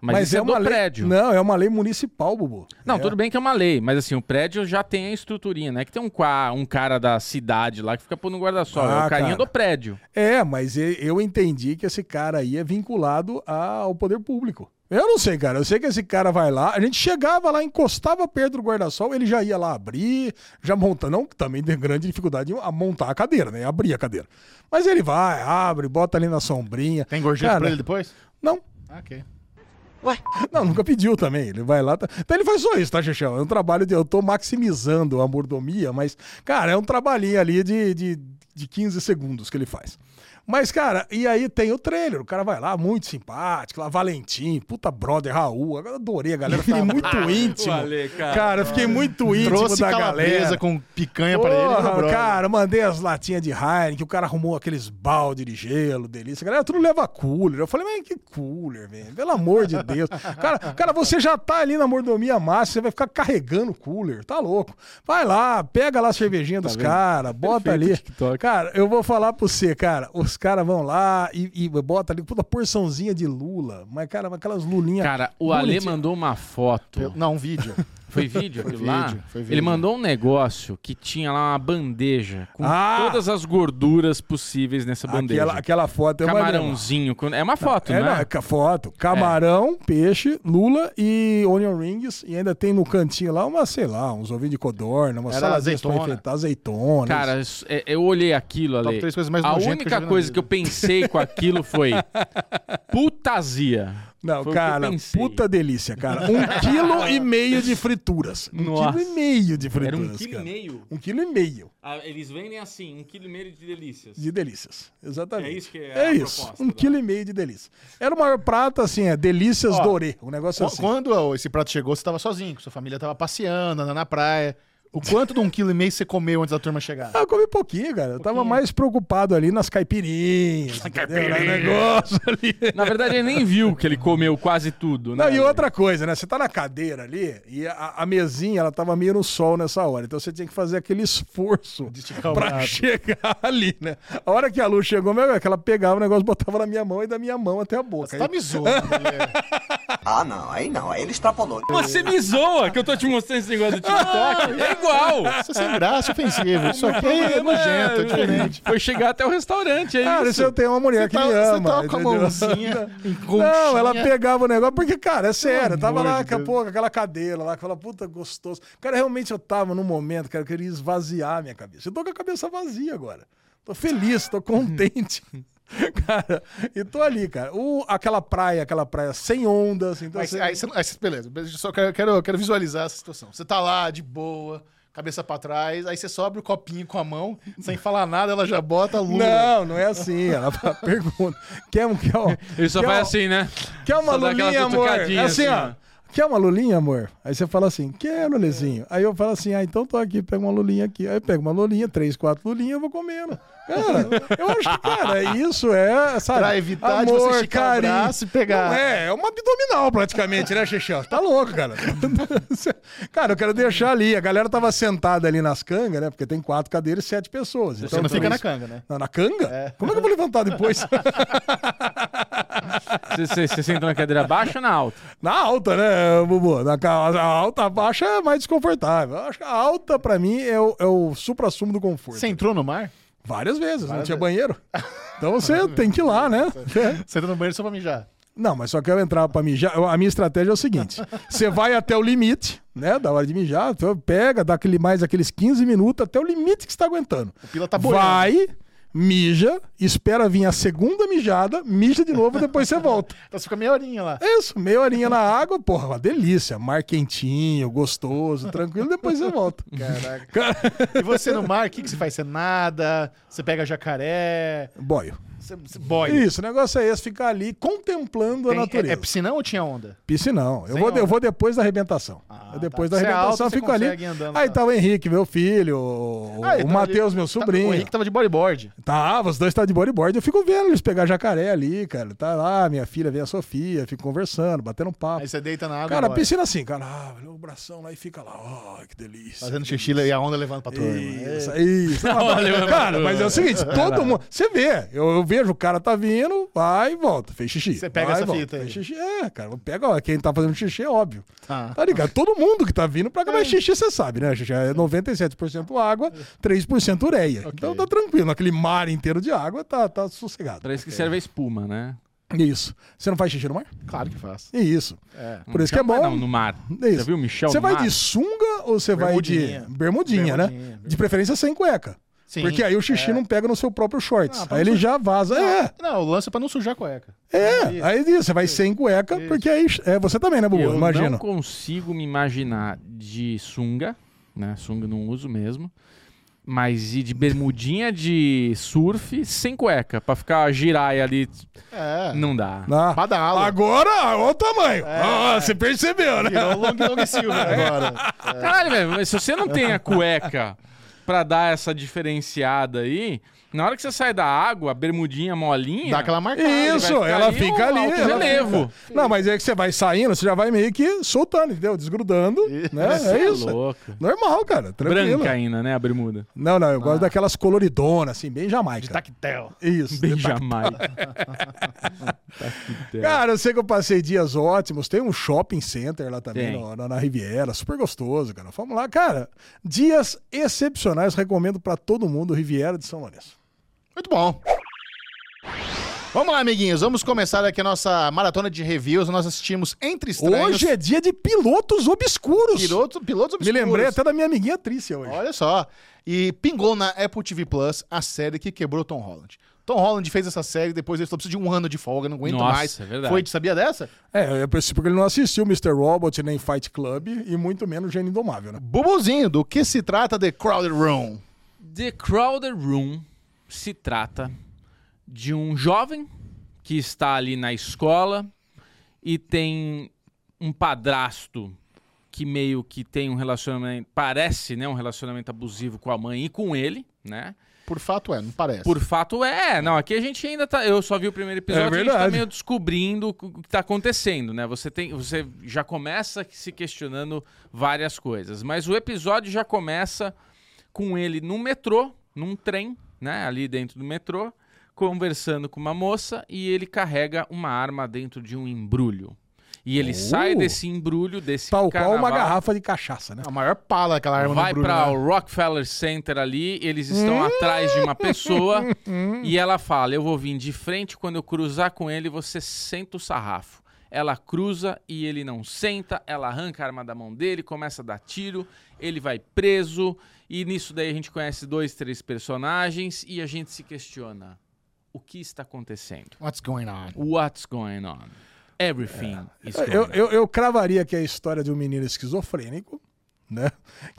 C: Mas, isso é, do
A: lei.
C: prédio. Não,
A: Não, é uma lei municipal, Bubu. É.
C: tudo bem que é uma lei, mas assim, o prédio já tem a estruturinha, né? Que tem um, qua- um cara da cidade lá que fica pondo um guarda-sol. é
A: Ah,
C: o carinha
A: cara.
C: do prédio.
A: É, mas e- eu entendi que esse cara aí é vinculado ao poder público. Eu não sei, cara. Eu sei que esse cara vai lá. A gente chegava lá, encostava perto do guarda-sol, ele já ia lá abrir, já monta. Não, também tem grande dificuldade em a- montar a cadeira, né? Abrir a cadeira. Mas ele vai, abre, bota ali na sombrinha.
B: Tem gorjeta
A: Cara,
B: pra ele depois?
A: Não.
B: Ah, ok.
A: Não, nunca pediu também. Ele vai lá. tá- Então ele faz só isso, tá, Xixão? É um trabalho de. Eu tô maximizando a mordomia, mas, cara, é um trabalhinho ali de, de, de 15 segundos que ele faz. Mas, cara, e aí tem o trailer. O cara vai lá, muito simpático, lá, Valentim, puta brother, Raul. Agora adorei a galera. Eu fiquei muito íntimo.
C: Ale, cara.
A: eu fiquei muito íntimo
B: Trouxe
A: da
B: calabresa
A: galera.
B: com picanha pra ele. é
A: Porra,
B: meu brother.
A: cara, mandei as latinhas de Heineken, o cara arrumou aqueles balde de gelo, delícia. Galera, tudo leva cooler. Eu falei, mas que cooler, velho? Pelo amor de Deus. Cara, cara, você já tá ali na mordomia máxima, você vai ficar carregando cooler, tá louco. Vai lá, pega lá a cervejinha dos caras, bota
B: Tá Perfeito
A: ali.
B: TikTok.
A: Cara, eu vou falar pra você, cara, os caras vão lá e, e bota ali puta porçãozinha de lula, mas, cara, aquelas lulinhas...
C: Cara, o Ale
A: Bonitinho.
C: mandou uma foto.
B: Pelo- Não, um vídeo.
C: Foi vídeo aquilo
B: vídeo,
C: lá?
B: foi vídeo.
C: Ele mandou um negócio que tinha lá uma bandeja com
A: Ah!
C: todas as gorduras possíveis nessa bandeja.
A: Aquela, aquela foto é uma
C: Camarãozinho. com- É uma foto,
A: É, não,
C: né?
A: é ca- foto. Camarão, peixe, lula e onion rings. E ainda tem no cantinho lá uma, sei lá, uns ovinhos de codorna, uma
B: Era
A: saladinha pra
B: azeitona.
A: enfeitar, azeitona.
C: Cara, isso- é- eu olhei aquilo
B: Top
C: ali.
B: três coisas mais
C: A
B: nojentas que eu
C: única
B: já vi na
C: coisa
B: vida.
C: que eu pensei com aquilo foi putazia.
A: Não,
C: foi o que eu
A: cara,
C: pensei.
A: puta delícia, cara. Um quilo e meio de frituras. Um
C: Nossa.
A: quilo e meio de
C: Era
A: frituras,
C: um quilo e
A: cara.
C: meio.
A: Um quilo e meio
C: Ah, eles vendem assim, um quilo e meio de delícias.
A: de delícias. Exatamente.
C: É isso que é
A: É
C: a
A: isso.
C: proposta
A: um
C: da-
A: quilo e meio de delícias. Era o maior prato, assim, é delícias
B: Ó,
A: dorê. Um negócio
B: Qu-
A: assim.
B: Quando esse prato chegou, você tava sozinho, que sua família tava passeando, andando na praia. O quanto de um quilo e meio você comeu antes da turma chegar?
A: Ah, eu comi pouquinho, cara. Eu tava mais preocupado ali nas caipirinhas. entendeu? Era um negócio ali.
C: Na verdade, ele nem viu que ele comeu quase tudo, né?
A: Não, e
C: Ale?
A: outra coisa, né? Você tá na cadeira ali e a, a mesinha, ela tava meio no sol nessa hora. Então você tinha que fazer aquele esforço
B: esticar o
A: pra
B: braço.
A: chegar ali, né? A hora que a luz chegou, meu, é que ela pegava o negócio, botava na minha mão e da minha mão até a boca.
B: Você tá me zoando, Daniel.
H: Ah, não, aí não, aí ele extrapolou.
C: Você me zoa que eu tô te mostrando esse negócio do TikTok.
A: Ah,
C: É igual.
B: Isso é sem graça, ofensivo. Isso aqui é
C: problema
B: nojento, é diferente.
C: Foi chegar até o restaurante, é
A: Cara,
C: isso.
A: se eu tenho uma mulher que
B: Você tá-
A: me
B: você
A: ama.
B: tava com a
A: entendeu?
B: mãozinha em conchinha.
A: Não, ela pegava o negócio, porque, cara, é sério, eu tava
B: amor
A: lá,
B: de
A: daqui a
B: Deus.
A: pouco, aquela cadeira lá, aquela puta gostoso. Cara, realmente eu tava num momento, cara, que eu queria esvaziar a minha cabeça. Eu tô com a cabeça vazia agora. Tô feliz, tô contente. cara, e tô ali, cara. O, aquela praia, aquela praia sem ondas. Então
B: Mas,
A: você-
B: aí você- aí você- beleza, eu só quero, quero, quero visualizar essa situação. Você tá lá, de boa, cabeça pra trás, aí você sobe o copinho com a mão, sem falar nada, ela já bota a Então lula.
A: Não, não é assim. Ela pergunta. Quer, um- quer, um-
C: Ele só
A: quer
C: faz
A: um-
C: assim, né?
A: Quer uma
C: Só dá aquela
A: lulinha, amor? É
C: cutucadinha,
A: assim,
C: assim,
A: ó. Quer uma lulinha, amor? Aí você fala assim, quero, Lezinho. Aí eu falo assim, ah, então tô aqui, pega uma lulinha aqui. Aí pega uma lulinha, três, quatro lulinhas, eu vou comendo. Cara, eu acho que, cara, isso é, sabe?
B: Pra evitar de você esticar o braço e pegar.
A: Não é, é uma abdominal praticamente, né, Xexão? Tá louco, cara. cara, eu quero deixar ali. A galera tava sentada ali nas cangas, né? Porque tem quatro cadeiras e sete pessoas. Então,
B: Você não fica na canga, né?
A: na, na canga? Como é que eu vou levantar depois?
C: Você- Você você senta na cadeira baixa ou na alta?
A: Na alta, né, Bubu? Na, ca- a alta, a baixa é mais desconfortável. Eu acho que a alta, pra mim, é o, é o supra-sumo do conforto.
B: Você entrou no mar?
A: Várias vezes, não tinha banheiro. Então você tem que ir lá, né?
B: Você entra no banheiro só pra mijar.
A: Não, mas só que eu entrava pra mijar. eu- A minha estratégia é o seguinte: você vai até o limite, né? Da hora de mijar, então pega, dá aquele, mais aqueles 15 minutos até o limite que você tá aguentando. O
B: pila tá boiando.
A: Vai, mija, espera vir a segunda mijada, mija de novo e depois você volta.
B: Então você fica meia horinha lá.
A: É Isso, meia horinha na água, porra, uma delícia. Mar quentinho, gostoso, tranquilo, depois você volta.
B: Caraca. E você no mar, o que, que você faz? Você nada, você pega jacaré,
A: Boio.
B: você, você boia.
A: Isso, o negócio é esse, ficar ali contemplando
B: Tem-
A: a
B: é,
A: natureza.
B: é piscinão ou tinha onda?
A: Piscinão. Eu
B: Sem
A: vou,
B: onda.
A: eu vou depois da arrebentação. Eu depois
B: tá.
A: da
B: Você é
A: arrebentação, eu
B: alto, você
A: fico ali.
B: consegue andando,
A: Aí
B: tá.
A: tá o Henrique, meu filho, o,
B: Ah, ele
A: o
B: tava
A: Matheus,
B: ali-
A: meu
B: tá-
A: sobrinho.
B: o Henrique tá- tava de bodyboard.
A: Tava, os dois estavam de bodyboard. Eu fico vendo eles pegar jacaré ali, cara. Tá lá, minha filha vem a Sofia, fico conversando, batendo um papo.
B: Aí você deita na água.
A: cara,
B: e boia.
A: piscina assim, cara. Ah, o bração lá e fica lá. Ó, que delícia.
B: Fazendo xixi e a onda levando pra turma.
A: É Isso, isso. Não, mas- é
C: Valeu,
A: cara, mas é o seguinte, todo mundo. Você vê, eu, eu vejo o cara tá vindo, vai e volta. Fez xixi.
B: Você pega
A: Vai e
B: essa
A: volta.
B: fita aí.
A: Fez xixi. É, cara, eu pego, ó, quem tá fazendo xixi é óbvio.
B: Tá.
A: Tá ligado? Todo mundo que tá vindo pra cá,
B: É.
A: mas xixi você sabe, né? Xixi é 97% água, 3% ureia. Então tá tranquilo, naquele mar inteiro de água tá, tá sossegado.
C: Pra isso que serve a espuma, né?
A: Isso. Você não faz xixi no mar?
B: Claro que faz.
A: Isso. Por isso que é
C: Jamais
A: bom.
C: Não, no mar.
A: É isso.
C: Já viu o Michel
A: Você
C: no
A: vai
C: mar?
A: de sunga ou você vai de bermudinha,
B: Bermudinha.
A: né?
B: Bermudinha,
A: De preferência sem cueca.
B: Sim,
A: Porque aí o xixi não pega no seu próprio shorts.
B: Ah, pra
A: aí
B: não
A: ele
B: sujar-
A: já vaza. É,
B: Não, o lance é pra não sujar a cueca.
A: é. Aí isso, você vai sem cueca, porque aí é você também, né, Bubu?
C: Eu
A: Imagino.
C: não consigo me imaginar de sunga, né? Sunga eu não uso mesmo. Mas e de bermudinha de surf sem cueca, pra ficar giraia ali,
B: É.
C: não dá.
A: Ah,
B: Badala.
A: agora, olha o tamanho. Ah, você percebeu, né?
B: Virou o Long Long Silver
A: É.
B: agora.
C: Caralho, velho, mas se você não tem a cueca pra dar essa diferenciada aí, na hora que você sai da água, a bermudinha molinha.
B: Dá aquela marcada.
C: vai
A: Isso,
C: ficar
A: ela
C: ali
A: fica
C: um
A: ali.
C: alto
A: ela
C: relevo.
A: fica. Não, mas é que você vai saindo, você já vai meio que soltando, entendeu? Desgrudando, né?
C: Você
A: É isso.
C: louca.
A: Normal, cara. Tranquilo.
C: Branca ainda, né, a bermuda.
A: Não, não, eu gosto daquelas coloridonas, assim, bem jamaica.
B: Tactel.
A: Isso.
C: Bem Tá Jamaica.
B: É.
A: Cara, eu sei que eu passei dias ótimos. Tem um shopping center lá também,
C: Tem.
A: no- na, na Riviera. Super gostoso, cara. Vamos lá, cara. Dias excepcionais. Recomendo pra todo mundo Riviera de São Lourenço.
B: Muito bom. Vamos lá, amiguinhos. Vamos começar aqui a nossa maratona de reviews. Nós assistimos Entre Estranhos.
A: Hoje é dia de pilotos obscuros.
B: Piloto, pilotos
A: Me
B: obscuros.
A: lembrei até da minha amiguinha Trícia hoje.
B: Olha só. E pingou na Apple TV Plus a série que quebrou Tom Holland. Tom Holland fez essa série, depois ele só precisa de um ano de folga, não aguento
C: Nossa,
B: mais.
C: é verdade.
B: Foi, sabia dessa?
A: É, eu percebi porque ele não assistiu Mr. Robot, nem Fight Club e muito menos Gênio Indomável, né?
B: Bubuzinho, do que se trata The Crowded Room?
C: The Crowder Room se trata de um jovem que está ali na escola e tem um padrasto que meio que tem um relacionamento, parece, né, um relacionamento abusivo com a mãe e com ele, né?
B: Por fato é, não parece.
C: Por fato é, não, aqui a gente ainda tá, eu só vi o primeiro
A: É
C: episódio, e a gente tá
A: verdade.
C: meio descobrindo o que tá acontecendo, né? Você tem, você já começa se questionando várias coisas, mas o episódio já começa com ele num metrô, num trem, né, ali dentro do metrô, conversando com uma moça e ele carrega uma arma dentro de um embrulho. E ele sai desse embrulho, desse
A: Tal qual Uh! uma
C: carnaval,
A: garrafa de cachaça, né?
B: A maior pala aquela arma
C: Vai
B: do Bruno.
C: pra
B: né?
C: o Rockefeller Center ali, eles estão atrás de uma pessoa e ela fala: Eu vou vir de frente, quando eu cruzar com ele, você senta o sarrafo. Ela cruza e ele não senta, ela arranca a arma da mão dele, começa a dar tiro, ele vai preso, e nisso daí a gente conhece dois, três personagens e a gente se questiona: o que está acontecendo?
B: What's going on?
C: What's going on? Everything is going
A: É, Eu,
C: on.
A: eu, eu cravaria que é a história de um menino esquizofrênico, né?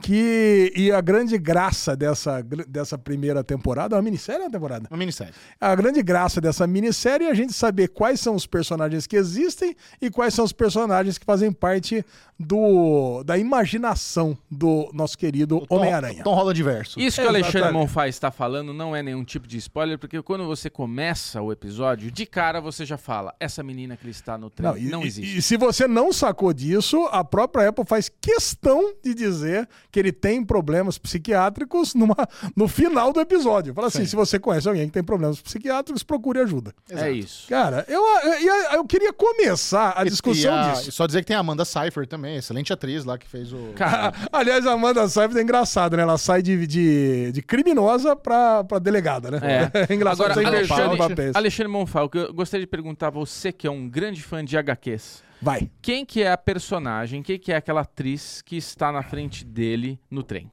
A: Que, e a grande graça dessa, gr- dessa primeira temporada, é uma minissérie ou uma temporada?
B: Uma minissérie.
A: A grande graça dessa minissérie é a gente saber quais são os personagens que existem e quais são os personagens que fazem parte do, da imaginação do nosso querido Homem-Aranha.
B: Tom, Tom Holland verso.
C: Isso que o Alexandre
A: Exatamente.
C: Monfá está falando não é nenhum tipo de spoiler, porque quando você começa o episódio, de cara você já fala: essa menina que ele está no trem não,
A: e, e-
C: existe.
A: E, se você não sacou disso, a própria Apple faz questão de dizer que ele tem problemas psiquiátricos numa- no final do episódio. Fala assim: se você conhece alguém que tem problemas psiquiátricos, procure ajuda.
C: é isso.
A: Cara, eu, eu, eu queria começar a discussão
B: E a-
A: disso.
B: Só dizer que tem a Amanda Seyfried também, excelente atriz lá que fez o...
C: Cara,
A: Aliás, a Amanda Seyfried é engraçada, né? Ela sai de, de, de criminosa pra, pra delegada, né?
C: É.
A: engraçado.
C: Agora,
A: você
B: Alexandre-
A: engraçar os
C: Alexandre,
A: papéis.
C: Alexandre Monfá, o que eu gostaria de perguntar a você, que é um grande fã de HQs:
A: Vai.
C: quem que é a personagem, quem que é aquela atriz que está na frente dele no trem?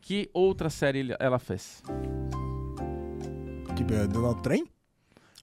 C: Que outra série ele- ela fez?
A: Que, no trem?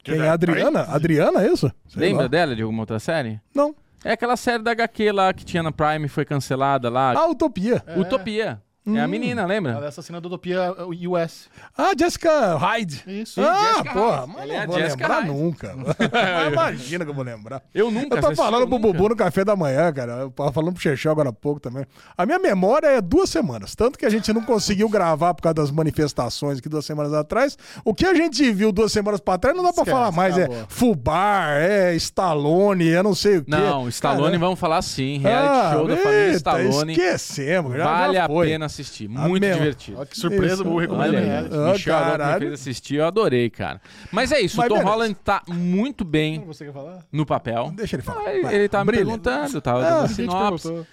A: Quem é a Adriana? Adriana, é isso? Sei
C: Lembra
A: lá.
C: dela de alguma outra série?
A: Não.
C: É aquela série da HQ lá que tinha na Prime, foi cancelada lá.
A: A Utopia.
C: Utopia. É
A: hum.
C: a menina,
B: Ela é
C: lembra?
B: assassina da Utopia uh, US.
A: Ah, Jessica Hyde.
B: Isso.
A: ah,
C: Jessica
A: porra,
C: Hyde.
A: mas
C: Ela
A: não
C: é a
A: vou
C: Jessica
A: lembrar
C: Hyde.
A: nunca. Imagina que eu vou lembrar.
C: Eu nunca
A: Eu tô
C: assisti,
A: falando
C: eu
A: pro
C: nunca.
A: Bubu no café da manhã, cara. Eu tava falando pro Xexé agora há pouco também. A minha memória é duas semanas. Tanto que a gente não conseguiu gravar por causa das manifestações aqui duas semanas atrás. O que a gente viu duas semanas pra trás não dá pra
B: Esquece,
A: falar mais. É
B: acabou.
A: Fubar, é Stallone, é não sei o quê.
C: Não, Stallone,
A: Caramba.
C: vamos falar sim. Reality
A: Ah,
C: show da família
A: eita,
C: Stallone.
A: Esquecemos, já,
C: Vale
A: já
C: a
A: foi. Ah,
C: pena assistir. Muito
A: meu.
C: divertido.
B: Olha que surpresa,
A: Isso.
B: vou recomendar.
C: Olha aí,
A: Olha
B: ele.
A: Ah,
C: Michel Adolfo me
A: caralho.
C: fez assistir, eu adorei, cara. Mas é isso,
A: Mas
C: o Tom
A: beleza.
C: Holland tá muito bem
B: Você quer falar?
C: no papel.
A: Deixa ele falar.
C: Ah, ele,
A: vai.
C: ele tá me
A: Brilha.
C: perguntando, tava dando
A: Ah,
C: a
A: a gente
C: sinopse.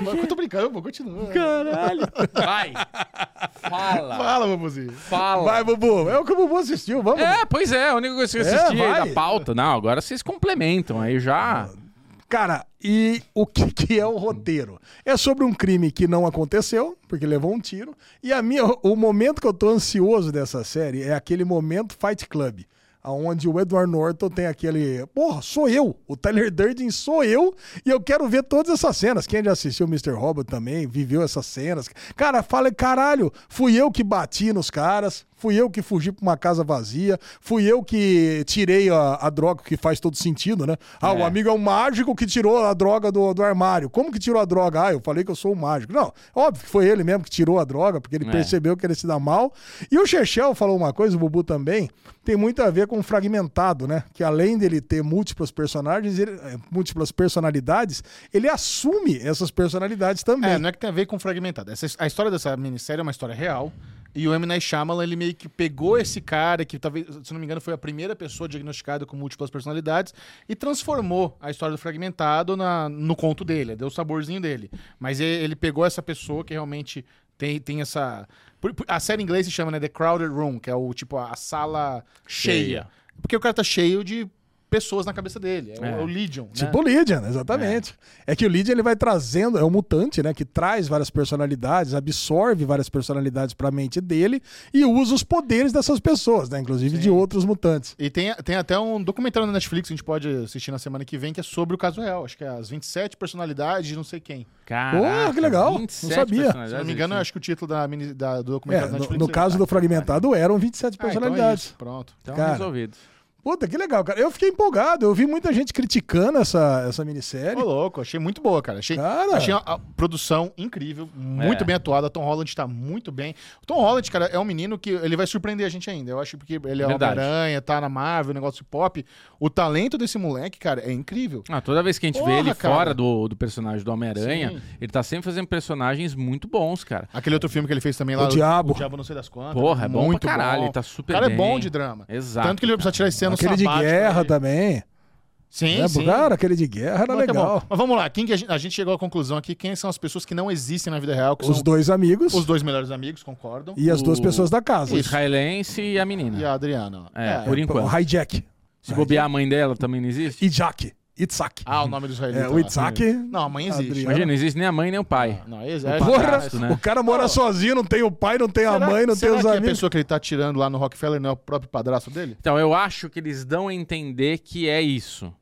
B: Mas Eu tô brincando, pô, continua.
C: Caralho. Vai. Fala.
B: Fala, Mamuzinho.
C: Fala.
A: Vai, Bubu. É o que o Bubu assistiu, vamos.
C: É, pois é, a única coisa que eu
A: É,
C: assisti
A: vai.
C: da pauta. Não, agora vocês complementam aí já.
A: Cara, e o que, que é o roteiro? É sobre um crime que não aconteceu, porque levou um tiro. E a minha, o momento que eu tô ansioso dessa série é aquele momento Fight Club. Onde o Edward Norton tem aquele. Porra, sou eu! O Tyler Durden sou eu! E eu quero ver todas essas cenas. Quem já assistiu Mr. Robot também, viveu essas cenas. Cara, fala, caralho, fui eu que bati nos caras, fui eu que fugi pra uma casa vazia, fui eu que tirei a, a droga, que faz todo sentido, né? Ah, o
C: É.
A: amigo é um mágico que tirou a droga do, do armário. Como que tirou a droga? Ah, eu falei que eu sou um mágico. Não, óbvio que foi ele mesmo que tirou a droga, porque ele
C: É.
A: percebeu que ele se dá mal. E o Chechel falou uma coisa, o Bubu também, tem muito a ver com o fragmentado, né? Que além dele ter múltiplos personagens, ele- eh, múltiplas personalidades, ele assume essas personalidades também. né?
B: É, não é que tem a ver com fragmentado. Essa, a história dessa minissérie é uma história real. E o M. Night Shyamalan, ele meio que pegou esse cara, que talvez, se não me engano, foi a primeira pessoa diagnosticada com múltiplas personalidades, e transformou a história do fragmentado na, no conto dele, deu o saborzinho dele. Mas e- ele pegou essa pessoa que realmente tem, tem essa. por- por- A série em inglês se chama né, The Crowded Room, que é o tipo a, a sala cheia.
C: Cheia.
B: Porque o cara tá cheio de pessoas na cabeça dele. É, o-
C: É.
B: é o Legion. né?
A: Tipo o Lydian, exatamente. É. que o Lydian ele vai trazendo, é um mutante, né? Que traz várias personalidades, absorve várias personalidades pra mente dele e usa os poderes dessas pessoas, né? Inclusive de outros mutantes.
B: E tem, tem até um documentário na Netflix que a gente pode assistir na semana que vem, que é sobre o caso real. Acho que é as 27 personalidades de não sei quem.
C: Caraca,
A: que legal, não
C: 27
A: sabia.
C: personalidades,
B: Se não me engano,
C: assim.
B: acho que o título da, mini- da- do
A: É,
B: documentário da
A: no,
B: Netflix.
A: no
B: é-
A: caso do
B: Ah,
A: fragmentado eram 27
B: então é isso.
A: personalidades.
B: Pronto.
C: Então
A: cara.
C: resolvido.
A: Puta, que legal, cara. Eu fiquei empolgado, eu vi muita gente criticando essa, essa
B: Ô,
A: minissérie.
B: louco, achei muito boa, cara. Achei,
A: Cara.
B: achei a, a produção incrível, muito
C: É.
B: bem atuada. Tom Holland tá muito bem. O Tom Holland, cara, é um menino que ele vai surpreender a gente ainda. Eu acho porque ele é
C: Verdade.
B: Homem-Aranha, tá na Marvel, negócio pop. O talento desse moleque, cara, é incrível.
C: Ah, toda vez que a gente
B: Porra,
C: vê ele
B: cara.
C: fora do, do personagem do Homem-Aranha,
B: Sim.
C: ele tá sempre fazendo personagens muito bons, cara.
B: Aquele outro filme que ele fez também lá.
A: O Diabo.
B: O Diabo não sei das quantas.
C: Porra, é bom
B: Ah, muito
C: pra caralho,
B: bom.
C: ele tá super
B: O cara é
C: bem.
B: bom de drama.
C: Exato.
B: Tanto que ele vai precisar tirar esse ano
A: Aquele de
B: sabático
A: guerra
B: dele.
A: também.
B: Sim,
A: né?
B: sim.
A: Cara, aquele de guerra era
B: Mas que é bom.
A: legal.
B: Mas vamos lá, quem que a, gente, a gente chegou à conclusão aqui, quem são as pessoas que não existem na vida real, que
A: Os
B: são
A: dois amigos
B: os dois melhores amigos, concordam.
A: e as duas
C: o-
A: pessoas da casa.
C: O israelense e a menina.
B: E a Adriana. ó.
C: É, por
A: O
C: enquanto.
A: Hijack.
C: Se bobear a mãe dela também não existe?
A: Itzaki. Itzaki.
B: Ah, o nome do israelita.
A: É, o
B: lá.
A: Itzaki.
B: Não, a mãe existe. né?
A: Adriana.
C: Imagina, não existe nem a mãe nem o pai.
B: Não, esse, é,
A: Porra,
B: esse-
C: né?
A: o cara mora
B: Pô.
A: sozinho, não tem o pai, não tem a mãe, não tem
B: será
A: os
B: que a
A: amigos.
B: pessoa que ele tá tirando lá no Rockefeller não é o próprio padrasto dele?
C: Então, eu acho que eles dão a entender que é isso.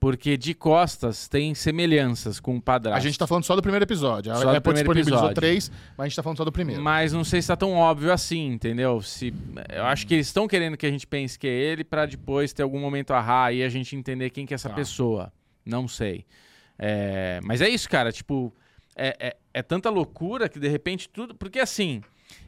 C: Porque de costas tem semelhanças com o padrasto.
B: A gente tá falando só do primeiro episódio.
C: Só
B: a
C: do
B: Apple
C: primeiro
B: disponibilizou
C: episódio.
B: três, mas a gente tá falando só do primeiro.
C: Mas não sei se tá tão óbvio assim, entendeu? Se, eu acho que eles estão querendo que a gente pense que é ele pra depois ter algum momento ahá e a gente entender quem que é essa pessoa. Não sei. É, mas é isso, cara. Tipo, é, é- é tanta loucura que de repente tudo. Porque assim,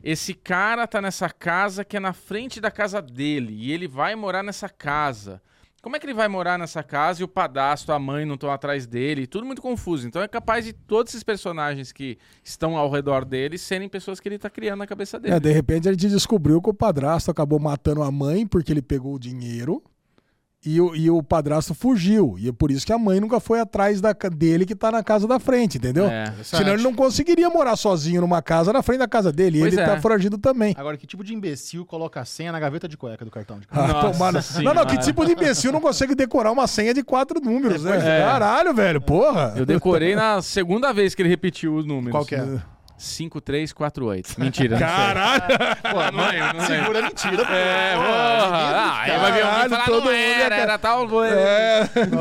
C: esse cara tá nessa casa que é na frente da casa dele e ele vai morar nessa casa. Como é que ele vai morar nessa casa e o padastro, a mãe não estão atrás dele? Tudo muito confuso. Então é capaz de todos esses personagens que estão ao redor dele serem pessoas que ele tá criando na cabeça dele.
A: É, de repente a gente descobriu que o padrasto acabou matando a mãe porque ele pegou o dinheiro e o, e o padrasto fugiu. E é por isso que a mãe nunca foi atrás da, ca- dele que tá na casa da frente, entendeu?
C: É.
A: Senão ele não conseguiria morar sozinho numa casa na frente da casa dele. E
C: Pois
A: ele
C: é.
A: tá foragido também.
B: Agora, que tipo de imbecil coloca a senha na gaveta de cueca do cartão de
A: Ah,
B: crédito?
C: Nossa
A: tomara.
C: senhora.
A: Não, não, que tipo de imbecil não consegue decorar uma senha de quatro números, né?
C: é.
A: Caralho, velho, porra.
C: Eu um- decorei na segunda vez que ele repetiu os números.
B: Qual que é?
A: né?
C: 5348. Mentira.
A: Caralho,
C: Pô, não lembro, não lembro.
B: Segura a mentira.
C: É,
B: pô.
C: porra. Ah, aí vai vir alguém
A: Caralho,
C: falar,
A: todo
C: não
A: mundo É. ia
C: era,
A: ca-
C: era tal...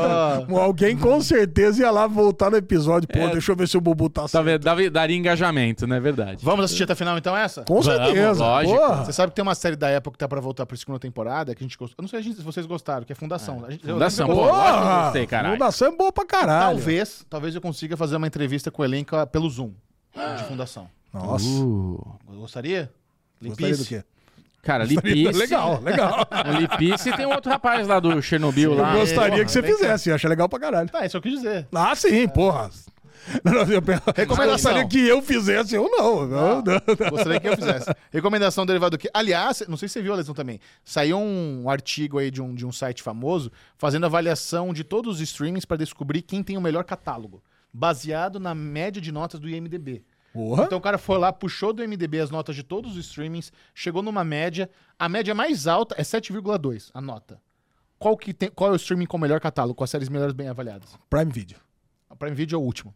B: Ah.
A: alguém com certeza ia lá voltar no episódio. Pô, deixa eu ver se o Bubu tá
C: Tá
A: certo.
C: vendo? Dava- Daria engajamento, não é verdade?
B: Vamos assistir até a final então essa?
A: Com certeza.
C: lógico.
A: Porra.
B: Você sabe que tem uma série da época que tá pra voltar pra segunda temporada, que a gente gostou. Eu não sei se vocês gostaram, que é Fundação. A gente- eu
C: Fundação,
B: lembro
C: pô,
B: que eu-
C: lógico que eu gostei,
A: Porra!
C: caralho.
A: Fundação é boa pra caralho.
B: Talvez, talvez eu consiga fazer uma entrevista com o elenco ah, pelo Zoom, de Fundação.
A: Nossa.
C: Uh,
B: Gostaria?
A: Gostaria do
B: Limpice?
A: quê?
C: cara, Lipice...
A: Legal, legal.
C: O Lipice tem um outro rapaz lá do Chernobyl
A: Eu
C: lá.
A: gostaria que você
B: vem cá.
A: fizesse, eu achei legal pra caralho.
B: Tá, isso eu quis dizer.
A: Ah, sim, porra. Não, não, eu pe-
B: Recomendação. Ah.
A: gostaria que eu fizesse, eu não. não, não, não.
B: Gostaria que eu fizesse. Recomendação derivada do que. Aliás, não sei se você viu, Alessandro, também. Saiu um artigo aí de um, de um site famoso fazendo avaliação de todos os streamings para descobrir quem tem o melhor catálogo, baseado na média de notas do IMDB.
A: Porra.
B: Então o cara foi lá, puxou do MDB as notas de todos os streamings, chegou numa média. A média mais alta é 7,2, a nota. Qual, que tem, qual é o streaming com o melhor catálogo, com as séries melhores bem avaliadas?
A: Prime Video.
B: A Prime Video é o último.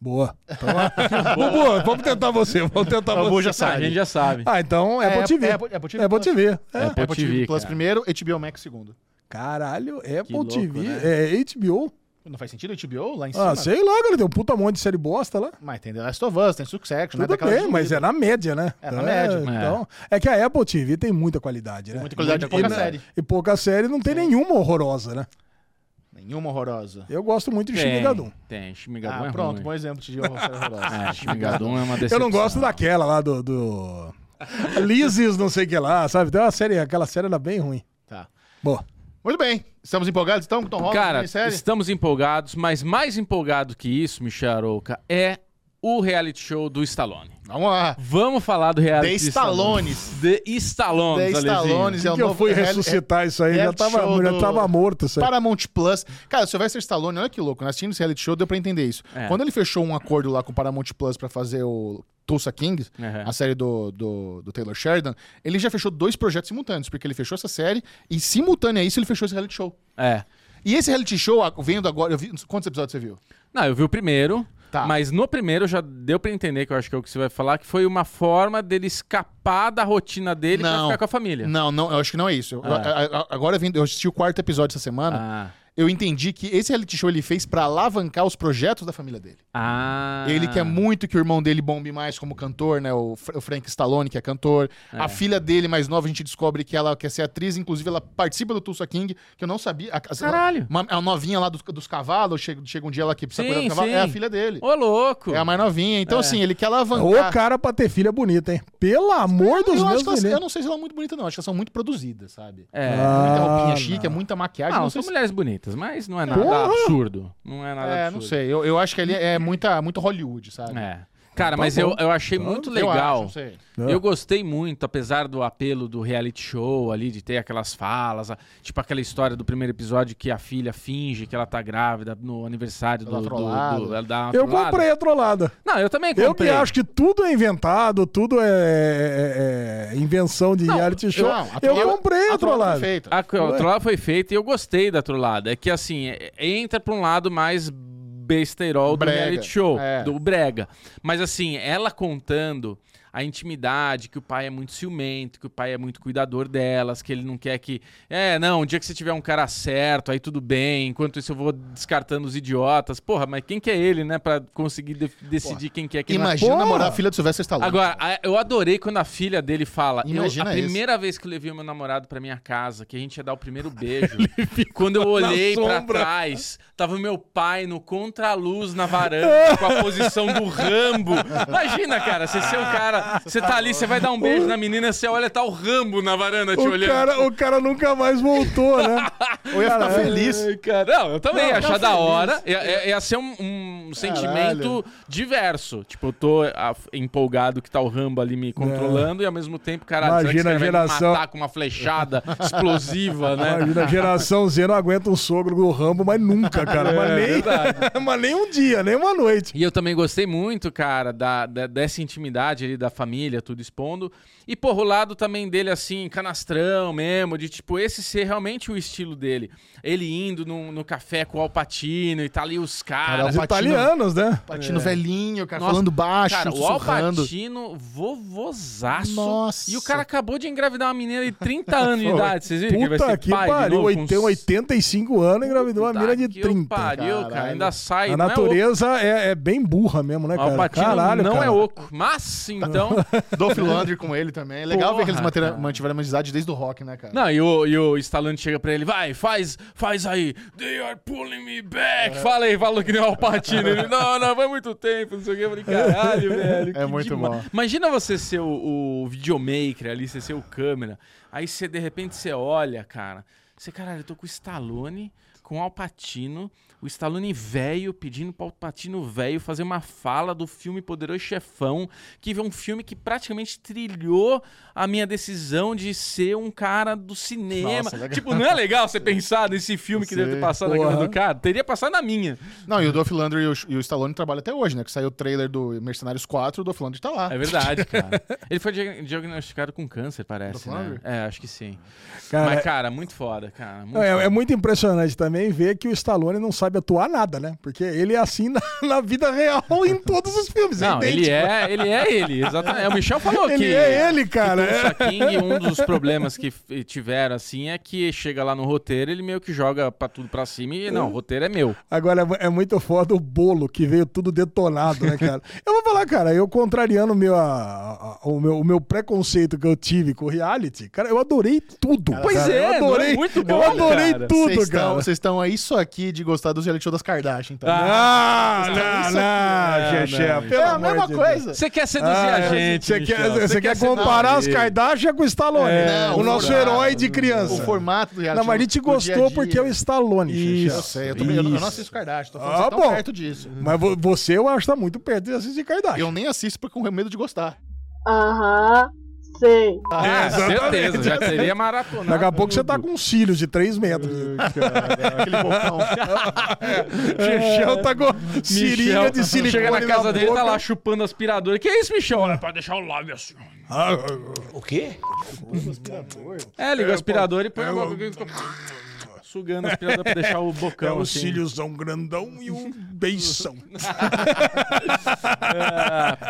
A: Boa. Então, ah, Bubu, vamos tentar você. Vamos tentar
B: Babu
A: você.
B: já
C: Ah, a
B: sabe.
C: gente já sabe.
A: Ah, então é, Apple TV.
B: É,
A: É,
B: Apple, Apple TV.
A: Apple
B: Plus.
A: TV. É.
B: Apple,
C: Apple
B: TV,
C: TV,
B: Plus
C: cara.
B: primeiro, HBO Max segundo.
A: Caralho, é Apple
C: louco,
A: TV.
C: né?
A: É HBO.
B: Não faz sentido HBO lá em cima?
A: Ah, sei lá, cara. Tem um puta monte de série bosta lá.
B: Mas tem The Last of Us, tem Succession, né?
A: Tudo
B: Daquela
A: bem,
B: diluída.
A: mas é na média, né?
B: É na média,
C: né?
A: Então, é que a Apple TV tem muita qualidade, né?
B: Muita qualidade de
A: E
B: pouca
A: na-
B: série.
A: E pouca série não tem nenhuma horrorosa, né?
B: Nenhuma horrorosa.
A: Eu gosto muito de
C: Tem,
A: Shimigadum.
C: tem. Shimigadum
B: Ah,
C: é
B: pronto,
C: ruim.
B: bom exemplo de horror- série horrorosa.
C: É, Shimigadum é uma decepção.
A: Ah, Eu não gosto daquela lá do. do... Lizes, não sei o que lá, sabe? Tem uma série, aquela série era bem ruim.
B: Tá.
A: Boa.
B: Muito bem. Estamos empolgados, então, com Tom Holland?
C: Cara,
B: minissérie?
C: estamos empolgados, mas mais empolgado que isso, Michel Arouca, é o reality show do Stallone.
B: Vamos lá.
C: Vamos falar do reality
B: The
C: de
B: Stallone.
C: The Stallone,
B: The Stallone é o
A: que eu
B: novo
A: fui
B: reali-
A: ressuscitar isso aí, já
B: reality
A: tava,
B: show
A: já
B: do-
A: tava morto isso aí.
B: Paramount Plus. Cara, o Sylvester Stallone, olha que louco, né? assistindo esse reality show deu pra entender isso.
C: É.
B: Quando ele fechou um acordo lá com o Paramount Plus pra fazer o Tulsa Kings,
C: Uhum.
B: a série do, do, do Taylor Sheridan, ele já fechou dois projetos simultâneos, porque ele fechou essa série e simultâneo a isso ele fechou esse reality show.
C: É.
B: E esse reality show, a- vendo agora, eu vi, quantos episódios você viu?
C: Não, eu vi o primeiro,
B: Tá.
C: mas no primeiro já deu pra entender, que eu acho que é o que você vai falar, que foi uma forma dele escapar da rotina dele pra
B: Não.
C: ficar com a família.
B: Não, não, eu acho que não é isso. Eu- a- a- agora eu, vim- eu assisti o quarto episódio essa semana,
C: Ah,
B: eu entendi que esse reality show ele fez pra alavancar os projetos da família dele.
C: ah.
B: Ele quer muito que é o irmão dele bombe mais como cantor, né? O, Fra- o Frank Stallone, que é cantor. A filha dele, mais nova, a gente descobre que ela quer ser atriz. Inclusive, ela participa do Tulsa King, que eu não sabia. A, a-
C: Caralho.
B: Uma, a novinha lá dos, dos cavalos, chega, chega um dia lá que precisa
C: Sim,
B: cuidar do cavalo.
C: sim.
B: É a filha dele.
C: Ô, louco!
B: É a mais novinha. Então, assim, ele quer
A: Ô,
B: alavancar.
A: cara pra ter filha é bonita, hein? Pelo amor dos
B: eu, acho
A: meus
B: que elas- eu
A: meninos.
B: não sei se ela é muito bonita, não. Acho que elas são muito produzidas, sabe?
C: É.
A: Ah,
B: Muita né? roupinha
A: não.
B: chique, é muita maquiagem.
C: Ah, Não,
B: não sei
C: são
B: se-
C: mulheres bonitas, mas não é nada
A: Porra!
C: absurdo. Não é nada
B: É,
C: absurdo.
B: não sei. Eu, eu acho que ele é muita, muito Hollywood, sabe?
C: É. Cara, mas eu, eu achei muito
B: Tá Eu
C: legal.
B: acho, não sei.
A: É.
C: Eu gostei muito, apesar do apelo do reality show ali, de ter aquelas falas, a- tipo aquela história do primeiro episódio que a filha finge que ela tá grávida no aniversário do,
B: Ela tá
C: do,
B: trollada.
C: do- ela dá uma
A: Eu
C: trollada.
A: comprei a trollada.
C: Não, eu também
A: Eu que
C: comprei.
A: acho que tudo é inventado, tudo é, é- é invenção de
C: Não,
A: reality show.
B: Não, a é
A: eu
B: trollada-
A: comprei a,
B: trollada
A: trollada.
B: foi feita.
C: A, a trollada foi feita e eu gostei da trollada. É que assim, é- entra pra um lado mais besteirol
B: Brega.
C: do reality show,
B: É.
C: do brega. Mas assim, ela contando a intimidade, que o pai é muito ciumento, que o pai é muito cuidador delas, que ele não quer que... É, não, um dia que você tiver um cara certo, aí tudo bem, enquanto isso eu vou descartando os idiotas. Porra, mas quem que é ele, né, pra conseguir de- decidir quem que é quem não é?
B: Imagina
A: Porra!
B: namorar a filha do tá Sylvester Stallone.
C: Agora, a- eu adorei quando a filha dele fala. eu-
B: Imagina
C: a
B: isso.
C: primeira vez que eu levei o meu namorado pra minha casa, que a gente ia dar o primeiro beijo, quando eu olhei pra
A: sombra.
C: trás, tava o meu pai no contraluz na varanda, com a posição do Rambo. Imagina, cara, você ser o cara, você tá ali, você vai dar um beijo na menina, você olha, tá o Rambo na varanda te
A: O
C: olhando.
A: cara, o cara nunca mais voltou, né?
B: eu ia ficar tá feliz.
A: é,
C: Ai, cara, Não, eu também ia
B: Não,
C: achar
B: tá
C: da
B: feliz.
C: hora. Ia, ia- ia ser um, um sentimento diverso. Tipo, eu tô ah, empolgado que tá o Rambo ali me controlando e ao mesmo tempo, caralho,
A: Imagina
C: será que esse cara
A: a
C: vai
A: geração.
C: me matar com uma flechada explosiva, né?
A: Imagina, a geração Z não aguenta um sogro do Rambo, mas nunca,
C: É
A: cara. mas, nem, mas nem um dia, nem uma noite.
C: E eu também gostei muito, cara, da, da- dessa intimidade ali da família, tudo expondo. E, porra, o lado também dele, assim, canastrão mesmo, de tipo, esse ser realmente o estilo dele. Ele indo no, no café com o Alpatino e tá ali os caras.
A: Os
B: Patino-
A: italianos, né?
B: Patino velhinho, cara,
C: Nossa,
B: falando baixo,
C: Cara, o
B: sussurrando.
C: Alpatino, vovozaço.
B: Nossa.
C: E o cara acabou de engravidar uma menina de 30 anos de idade. Vocês viram que ele vai
A: Puta
C: ser
A: que
C: pai de
A: pariu.
C: novo, com
A: Tem 85 anos e engravidou uma
C: Puta
A: mina de
C: que
A: 30.
C: pariu, cara.
B: Caralho.
C: Ainda sai.
A: A
C: não é
A: natureza é, é bem burra mesmo, né,
C: oco. O
A: cara?
C: Alpatino
A: Caralho,
C: não
A: cara.
C: é oco. Mas, então...
B: Dolph Lundgren com ele também. É legal ver que eles
C: Porra,
B: manteram-
C: cara.
B: mantiveram uma amizade desde o rock, né, cara?
C: Não, e o, e o Stallone chega pra ele, vai, faz, faz aí. They are pulling me back. Fala aí, falou que nem o Alpatino. Ele, não, não, foi muito tempo, não sei o que. Eu falei,
A: É
C: caralho, velho. que
B: muito bom.
C: Imagina você ser o, o videomaker ali, você ser o câmera. Aí você, de repente, você olha, cara. Você, caralho, eu tô com o Stallone, com o Alpatino, o Stallone velho pedindo para o Patino velho fazer uma fala do filme Poderoso Chefão, que é um filme que praticamente trilhou a minha decisão de ser um cara do cinema.
B: Nossa, legal.
C: tipo, não é legal você pensar nesse filme que
B: Sei.
C: deve ter passado na cara
A: Porra.
C: do cara? Teria passado na minha.
B: Não, e o Dolph Lundgren e o, e o Stallone trabalham até hoje, né? Que saiu o trailer do Mercenários 4, o Dolph Lundgren tá
C: É
B: lá.
C: verdade, cara. Ele foi dia- diagnosticado com câncer, parece,
B: Do
C: né?
B: Flávio?
C: É, acho que sim.
A: Cara,
C: Mas, cara, muito foda, cara. Muito
A: é,
C: foda.
A: é muito impressionante também ver que o Stallone não sabe atuar nada, né? Porque ele é assim na, na vida real em todos os filmes.
C: Não, ele
A: idêntico.
C: é, ele é ele, exatamente. É, O Michel falou que
A: Ele é ele, cara.
C: que com o
A: É.
C: Saquinho, um dos problemas que f- tiveram assim é que chega lá no roteiro, ele meio que joga pra tudo pra cima e não, o roteiro é meu.
A: Agora é mu- é muito foda o bolo que veio tudo detonado, né, cara? eu vou falar, cara, eu contrariando o meu, a- a- o meu, o meu preconceito que eu tive com o reality, cara, eu adorei tudo.
C: Pois
A: cara.
C: é,
A: eu adorei,
C: não é muito bom,
A: Eu adorei
C: cara?
A: tudo,
B: Vocês
A: cara.
B: estão- Vocês estão a isso aqui de gostar dos reality show das Kardashian, tá?
A: Ah, não,
B: isso
A: não,
C: aqui,
A: Xexé,
C: não,
A: pelo
B: é a
A: amor
B: mesma
A: de Deus.
B: coisa.
C: Você quer seduzir
A: Ah,
C: a gente,
A: Você
C: Michel.
A: quer, você quer
C: seduzir-
A: comparar as Kardashian com o Stallone?
B: É,
A: o
B: o
A: nosso
B: formato,
A: herói de criança.
B: O formato do reality
A: Não, mas a gente
B: show, do
A: gostou
B: dia a dia.
A: porque é o Stallone, Xexé.
B: Eu sei, eu, também, eu, não- eu não assisto Kardashian, tô falando que
A: Ah,
B: vocês tão
A: bom.
B: perto disso.
A: Mas vo- você, eu acho, tá muito perto de assistir Kardashian.
B: Eu nem assisto porque com medo de gostar.
I: Aham, sei.
A: É,
C: Ah, certeza, já teria maratonado.
A: Daqui a pouco você tá com um cílio de 3 metros.
B: Aquele bocão.
A: Chechel tá com
C: Michel
A: seringa de silicone
C: Chega na casa dele,
A: boca.
C: tá lá chupando aspirador. Que isso, Michel? Olha, pode deixar o lábio assim.
A: Ah,
C: É, liga o aspirador e põe o bagulho e fica sugando o aspirador pra deixar o
A: é,
C: bocão
A: os
C: assim.
A: cílios são grandão e um beição.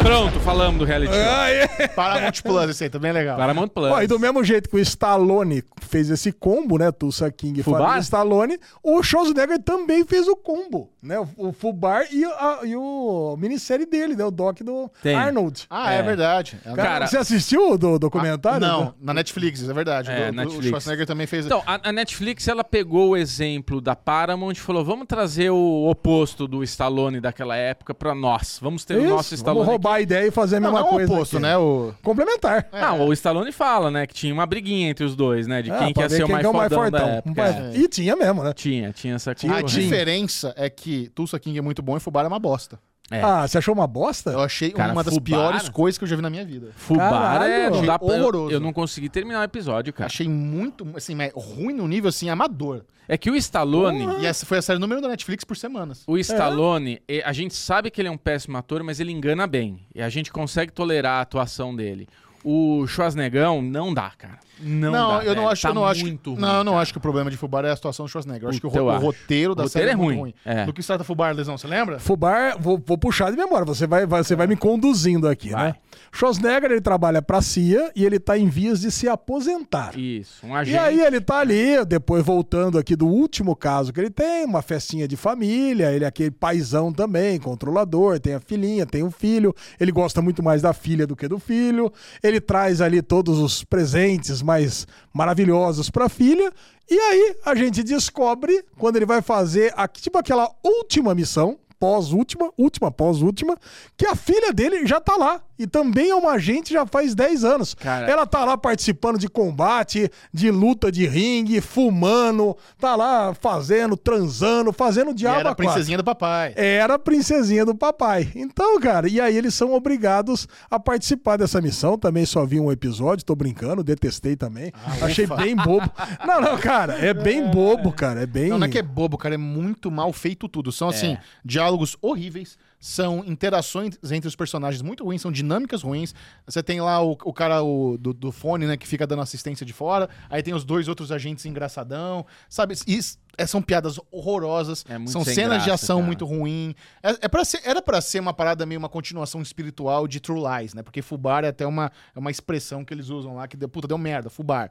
C: Pronto, falamos do reality show.
A: Ah, é.
B: Paramount Plus, esse aí, também é legal.
C: Paramount Plus.
A: Ó, e do mesmo jeito que o Stallone fez esse combo, né? Tulsa King e
C: Fubá?
A: Fabrício Stallone, o Schwarzenegger também fez o combo, né? o- O Fubar e, a, e o minissérie dele, né? O Doc do
C: Tem.
A: Arnold.
B: Ah, é,
C: É.
B: verdade. É
A: Cara,
C: cara-
A: você assistiu o do documentário?
B: Não, na Netflix, é verdade.
C: É,
B: O- o,
C: Netflix.
B: o Schwarzenegger também fez.
C: Então, a, a Netflix ela pegou o exemplo da Paramount e falou: vamos trazer o oposto do Stallone daquela época pra nós. Vamos ter o
A: É Isso,
C: nosso Stallone.
A: vamos roubar a ideia e fazer a
B: não,
A: mesma
B: não é o
A: coisa.
B: oposto,
A: aqui.
B: né? O...
A: Complementar.
C: aqui.
B: É.
C: Não, o Stallone fala, né? Que tinha uma briguinha entre os dois, né? De
A: Ah,
C: quem que
A: pra
C: ia
A: ver
C: ser o mais
A: que é
C: fodão da época.
A: Mas-
C: É.
A: E tinha mesmo, né?
C: Tinha, tinha essa
B: A
C: concorrência.
B: diferença é que Tulsa King é muito bom e Fubara é uma bosta.
C: É.
A: Ah, você achou uma bosta?
B: Eu achei
C: Cara,
B: uma das
C: Fubara?
B: piores coisas que eu já vi na minha vida.
C: Fubara é,
A: Caralho,
C: não dá pra, eu,
B: horroroso.
C: eu não consegui terminar o episódio, cara.
B: Achei muito, assim, mas ruim no nível, assim, amador.
C: É que o Stallone.
B: E essa foi a série número um da Netflix por semanas.
C: O Stallone, eh, a gente sabe que ele é um péssimo ator, mas ele engana bem. E a gente consegue tolerar a atuação dele. O Schwarzenegão não dá, cara. Não, dá.
B: eu não
C: velho.
B: acho,
C: Tá
B: eu não acho. que-
C: muito ruim,
B: não, eu não
C: cara.
B: acho que o problema de Fubar é a situação do Schwarzenegger. Eu acho que o,
C: Puta,
B: ro-
C: eu
B: o
C: acho.
B: roteiro da
C: O roteiro
B: série
C: é
B: muito
C: ruim, é.
B: Do que se trata Fubar, Lesão, você lembra?
A: Fubar, vou, vou puxar de memória, você vai, vai- você vai me conduzindo aqui,
C: Vai.
A: né? Schwarzenegger, ele trabalha pra CIA e ele tá em vias de se aposentar.
C: Isso, um
A: E
C: agente.
B: é
A: aí ele tá ali, depois voltando aqui do último caso que ele tem, uma festinha de família, ele é aquele paizão também, controlador, tem a filhinha, tem o filho, ele gosta muito mais da filha do que do filho, ele traz ali todos os presentes mais maravilhosos pra filha, e aí a gente descobre, quando ele vai fazer, a- tipo aquela última missão, pós-última, última pós-última, que a filha dele já tá lá. E também é uma agente já faz 10 anos.
C: Cara.
A: Ela tá lá participando de combate, de luta de ringue, fumando, tá lá fazendo, transando, fazendo o
B: E
A: diabo
B: era
A: a
B: a
A: quatro.
B: princesinha do papai.
C: É,
A: Era a princesinha do papai. Então, cara, e aí eles são obrigados a participar dessa missão. Também só vi um episódio, tô brincando, detestei também.
B: Ah,
A: Achei bem bobo. Não, não, cara, é bem bobo, cara. É bem.
B: Não, não é que é bobo, cara, é muito mal feito tudo. São, assim,
C: É.
B: diálogos horríveis, são interações entre os personagens muito ruins, são dinâmicas ruins. Você tem lá o, o cara o- do, do fone, né, que fica dando assistência de fora, aí tem os dois outros agentes engraçadão, sabe? E s- é, são piadas horrorosas,
C: É muito
B: são
C: sem
B: cenas de
C: graça,
B: ação
C: cara.
B: muito ruim. É, é pra ser- era pra ser uma parada meio uma continuação espiritual de True Lies, né? Porque Fubar é até uma, é uma expressão que eles usam lá, que deu, puta, deu merda, Fubar.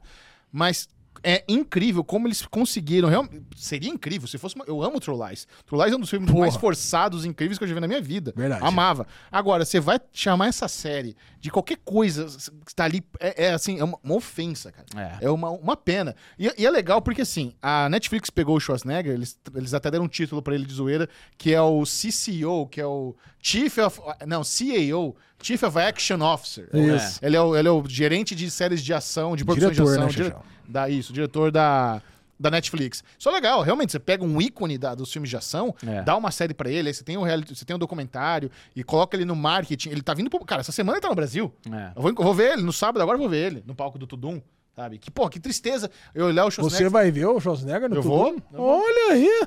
B: Mas é incrível como eles conseguiram. real- seria incrível se fosse. Uma, eu amo True Lies. True Lies é um dos filmes
A: Porra.
B: mais forçados, incríveis que eu já vi na minha vida.
A: Verdade.
B: Amava. Agora, você vai chamar essa série de qualquer coisa que tá ali. É, é assim, é uma, uma ofensa, cara.
C: É.
B: É uma, uma pena. E, e é legal porque, assim, a Netflix pegou o Schwarzenegger, eles, eles até deram um título pra ele de zoeira, que é o CCO, que é o Chief of. Não, CAO, Chief of Action Officer.
A: Isso.
B: Ele é o, ele é o gerente de séries de ação, de produção de
A: Diretor,
B: ação.
A: né,
B: dire-
A: Xixão?
B: da, isso, diretor da. da Netflix. Isso é legal, realmente. Você pega um ícone da- dos filmes de ação,
C: É.
B: dá uma série pra ele, aí você tem o reality, você tem o documentário e coloca ele no marketing. Ele tá vindo pro. Cara, essa semana ele tá no Brasil.
C: É.
B: Eu vou, eu vou ver ele, no sábado agora eu vou ver ele, no palco do Tudum, sabe? Que, pô, que tristeza eu olhar o Schwarzenegger.
A: Você vai ver o Schwarzenegger no
B: né? Eu
A: Tudum?
B: vou, eu
A: Olha aí.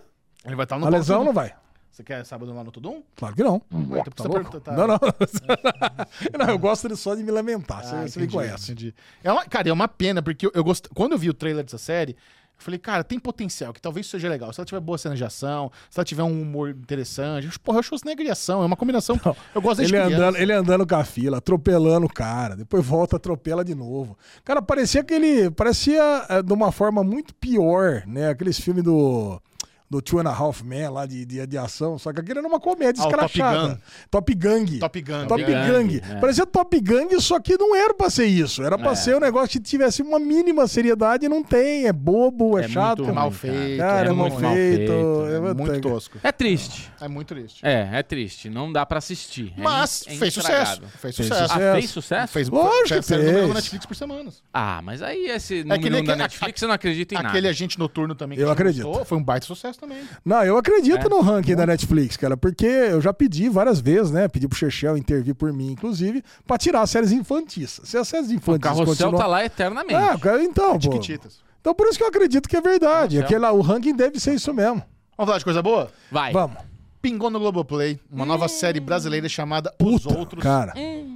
B: Ele vai estar no
A: a
B: palco do
A: lesão
B: Tudum.
A: não vai.
B: Você quer sábado lá no Tudum?
A: Claro que não.
B: Ué, então por que
A: Tá
B: você
A: louco?
B: pergunta- tá-
A: Não, não. não. Eu gosto dele só de me lamentar. Ah, Você- você me
B: Ah, entendi,
A: conhece.
B: entendi. É uma, cara, é uma pena, porque eu, eu gost... quando eu vi o trailer dessa série, eu falei, cara, tem potencial, que talvez seja legal. Se ela tiver boa cena de ação, se ela tiver um humor interessante. eu acho, Porra, eu acho Schwarzenegger e ação, é uma combinação. que Eu gosto desde
A: Ele
B: é criança.
A: andando, ele andando com a fila, atropelando o cara, depois volta, atropela de novo. Cara, parecia que ele. Parecia eh, de uma forma muito pior, né? Aqueles filmes do. Do Two and a Half Men lá de, de, de ação, só que aquele era uma comédia
B: Ah, o Top
A: escrachada.
B: Gun.
A: Top Gang.
B: Top Gun.
A: Top
B: obrigado.
A: Gang.
C: Gang, é.
A: Parecia Top Gang, só que não era pra ser isso. Era pra
C: É.
A: ser um negócio que tivesse uma mínima seriedade e não tem. É bobo, é,
C: É
A: chato.
C: muito
B: Mal
C: ruim,
B: feito.
A: Cara, é,
C: é
A: mal
C: muito mal
A: feito.
C: feito,
A: é
B: É muito
A: muito-
B: tosco.
C: É triste.
B: É muito triste.
C: É, é triste. Não dá pra assistir. É
B: Mas
C: in- é
B: fez sucesso.
C: intragável.
B: Fez sucesso.
C: Ah,
A: Sucesso.
C: fez sucesso?
B: Fez
A: Lógico
B: foi a
A: que
B: série número um
A: fez.
B: da Netflix por semanas.
C: Ah, mas aí esse
B: É que
C: número
B: nem
C: um da
B: aquele-
C: Netflix, você não acredita em nada.
B: Aquele agente noturno também que
A: Eu
B: a gente
A: acredito. Tá
B: gostou, foi um baita sucesso também.
A: Não, eu acredito
C: É.
A: no ranking da Netflix, cara, porque eu já pedi várias vezes, né? Pedi pro Chechel intervir por mim, inclusive, pra tirar as séries infantis. Se as séries
C: O
A: infantis
C: carrossel
A: continuam-
C: tá lá eternamente.
B: Ah,
A: É, cara, então, pô.
B: Chiquititas.
A: Então por isso que eu acredito que é verdade.
C: Carrossel.
A: Aquela, o ranking deve ser isso mesmo.
B: Vamos falar de coisa boa?
C: Vai.
A: Vamos.
B: Pingou no Globoplay, uma nova série brasileira chamada Os Outros.
A: Cara,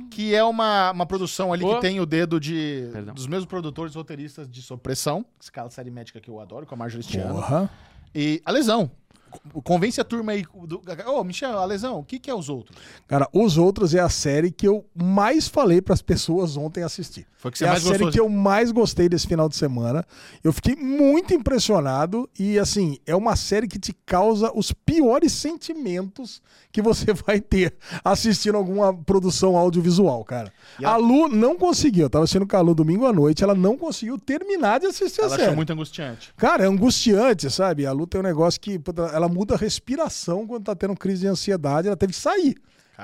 B: que é uma, uma produção ali
C: Ô.
B: que tem o dedo de
C: Perdão.
B: dos mesmos produtores e roteiristas de Supressão, escala série médica que eu adoro, com a Marjorie Stiano,
A: porra.
B: e a Lesão. Co- Convence a turma aí. Do, ô, Michel, a Lesão, o que, que é os outros?
A: Cara, Os Outros é a série que eu mais falei pras pessoas ontem assistir.
B: Foi o que você
A: é
B: mais
A: a série
B: gostou.
A: que eu mais gostei desse final de semana. Eu fiquei muito impressionado e assim, é uma série que te causa os piores sentimentos que você vai ter assistindo alguma produção audiovisual, cara.
B: E ela-
A: A Lu não conseguiu, eu tava assistindo com a Lu domingo à noite, ela não conseguiu terminar de assistir
B: Ela
A: a
B: achou
A: série.
B: muito angustiante.
A: Cara, é angustiante, sabe? A Lu tem um negócio que puta, ela muda a respiração quando tá tendo crise de ansiedade, ela teve que sair.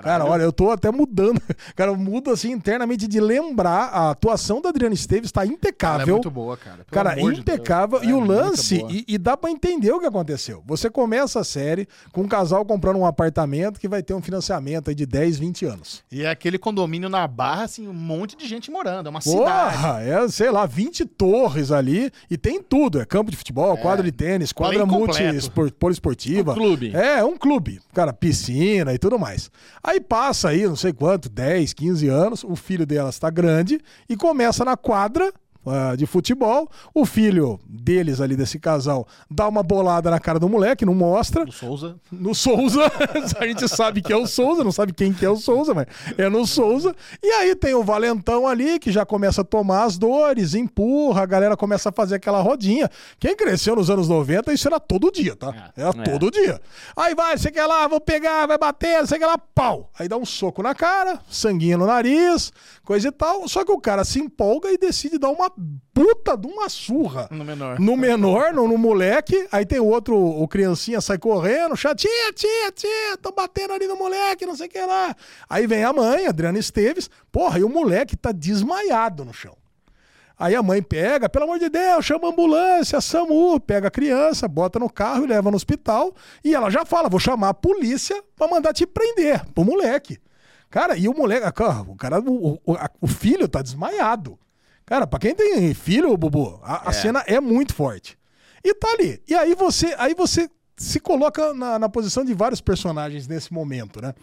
A: Cara, olha, eu tô até mudando. Cara, eu mudo assim internamente de lembrar. A atuação da Adriana Esteves tá
B: Ela
A: impecável.
B: é muito boa, cara. Pelo
A: Cara,
B: amor de Deus.
A: impecável.
B: Ela
A: e
B: é
A: o
B: muito
A: lance,
B: boa.
A: e, e dá pra entender o que aconteceu. Você começa a série com um casal comprando um apartamento que vai ter um financiamento aí de 10, 20 anos.
B: E é aquele condomínio na barra, assim, um monte de gente morando. É uma cidade.
A: Porra, é, sei lá, 20 torres ali e tem tudo. É campo de futebol, quadra de tênis, quadra
B: Além
A: multi
B: completo.
A: poliesportiva.
C: Um clube.
A: É, um clube. Cara, piscina e tudo mais. Aí passa aí, não sei quanto, 10, 15 anos, o filho dela está grande e começa na quadra ah, de futebol. O filho deles ali, desse casal, dá uma bolada na cara do moleque, não mostra.
B: O Souza.
A: No Souza, a gente sabe que é o Souza, não sabe quem que é o Souza, mas é no Souza. E aí tem o Valentão ali, que já começa a tomar as dores, empurra, a galera começa a fazer aquela rodinha. Quem cresceu nos anos 90, isso era todo dia, tá? Era
C: é.
A: todo dia. Aí vai, sei que lá, vou pegar, vai bater, sei que lá, pau. Aí dá um soco na cara, sanguinho no nariz, coisa e tal. Só que o cara se empolga e decide dar uma puta de uma surra.
B: No menor.
A: No menor, no, no moleque. Aí tem o outro, o criancinha sai correndo, chá, tia, tia, tia, tô batendo ali no moleque, não sei o que lá. Aí vem a mãe, Adriana Esteves, porra, e o moleque tá desmaiado no chão. Aí a mãe pega, pelo amor de Deus, chama a ambulância, SAMU, pega a criança, bota no carro e leva no hospital. E ela já fala: vou chamar a polícia pra mandar te prender pro moleque. Cara, e o moleque, ah, o cara, o, o- a- o filho tá desmaiado. Cara, pra quem tem filho, Bubu, a, a cena é muito forte. E tá ali. E aí você, aí você se coloca na, na posição de vários personagens nesse momento, né?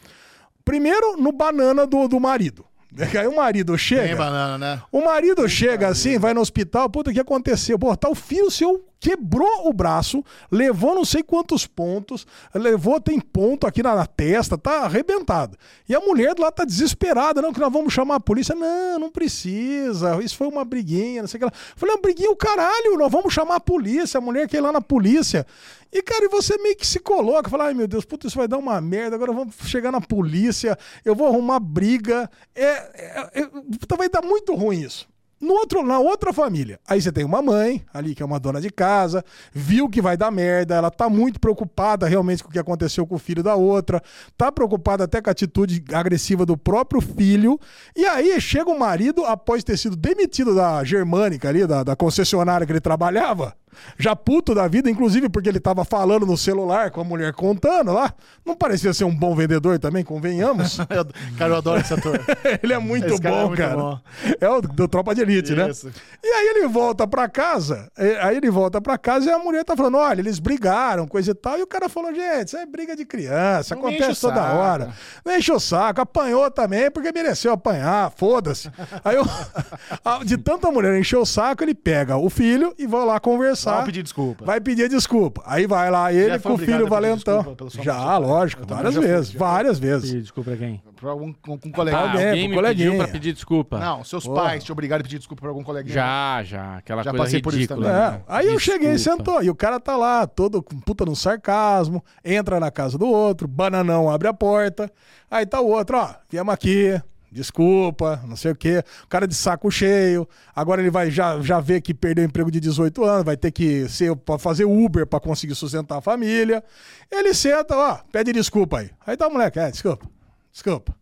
A: Primeiro, no banana do, do marido. Aí o marido chega.
B: Tem banana, né?
A: O marido chega assim, vai no hospital, puta, o que aconteceu? Pô, tá o filho seu quebrou o braço, levou não sei quantos pontos, levou, tem ponto aqui na, na testa, tá arrebentado. E a mulher do lado tá desesperada, não, que nós vamos chamar a polícia. Não, não precisa, isso foi uma briguinha, não sei o que lá. Eu Falei, uma briguinha, o caralho, nós vamos chamar a polícia, a mulher quer ir lá na polícia. E, cara, e você meio que se coloca, fala, ai meu Deus, puta, isso vai dar uma merda, agora vamos chegar na polícia, eu vou arrumar briga. É, é, é, puta, vai dar muito ruim isso. No outro, na outra família, aí você tem uma mãe ali, que é uma dona de casa, viu que vai dar merda, ela tá muito preocupada realmente com o que aconteceu com o filho da outra, tá preocupada até com a atitude agressiva do próprio filho, e aí chega o marido, após ter sido demitido da germânica ali, da, da concessionária que ele trabalhava, já puto da vida, inclusive porque ele tava falando no celular com a mulher contando lá. Não parecia ser um bom vendedor também, convenhamos.
B: Eu- Cara, eu adoro esse ator.
A: ele é muito
B: Esse cara
A: bom,
B: é muito
A: cara.
B: bom.
A: É o do Tropa de Elite, né?
B: Isso.
A: E aí ele volta pra casa, e- aí ele volta pra casa e a mulher tá falando: olha, eles brigaram, coisa e tal. E o cara falou: gente, isso é briga de criança,
B: Não enche o
A: acontece toda
B: saco.
A: hora. Não enche o saco, apanhou também, porque mereceu apanhar, foda-se. Aí eu, a- de tanta mulher encher o saco, ele pega o filho e vai lá conversar.
B: Vai pedir desculpa.
A: Vai pedir desculpa. Aí vai lá, ele
B: foi
A: com o
B: obrigado a
A: filho
B: pedir
A: valentão.
B: desculpa pelo seu
A: Já,
B: abuso?
A: lógico,
B: Eu também
A: várias
B: já fui,
A: vezes,
B: já.
A: várias vezes.
B: é
C: Desculpa pra quem?
B: Pra algum com, com um colega.
A: Ah,
C: Tá,
A: alguém,
C: Alguém
A: pro
C: me pediu
A: coleguinha.
C: pra pedir desculpa.
B: Não, seus
A: Porra.
B: pais te obrigaram a pedir desculpa pra algum coleguinha.
C: Já, já. Aquela
B: Já
C: coisa
B: passei por isso
C: ridícula.
B: também.
A: É,
C: né?
A: aí eu
C: Desculpa.
A: cheguei, sentou, e o cara tá lá, todo com puta no sarcasmo, entra na casa do outro, bananão abre a porta, aí tá o outro, ó, viemos aqui, desculpa, não sei o quê, o cara de saco cheio, agora ele vai já, já ver que perdeu o emprego de 18 anos, vai ter que ser, pra fazer Uber pra conseguir sustentar a família, ele senta, ó, pede desculpa aí, aí tá o moleque, é, desculpa, desculpa.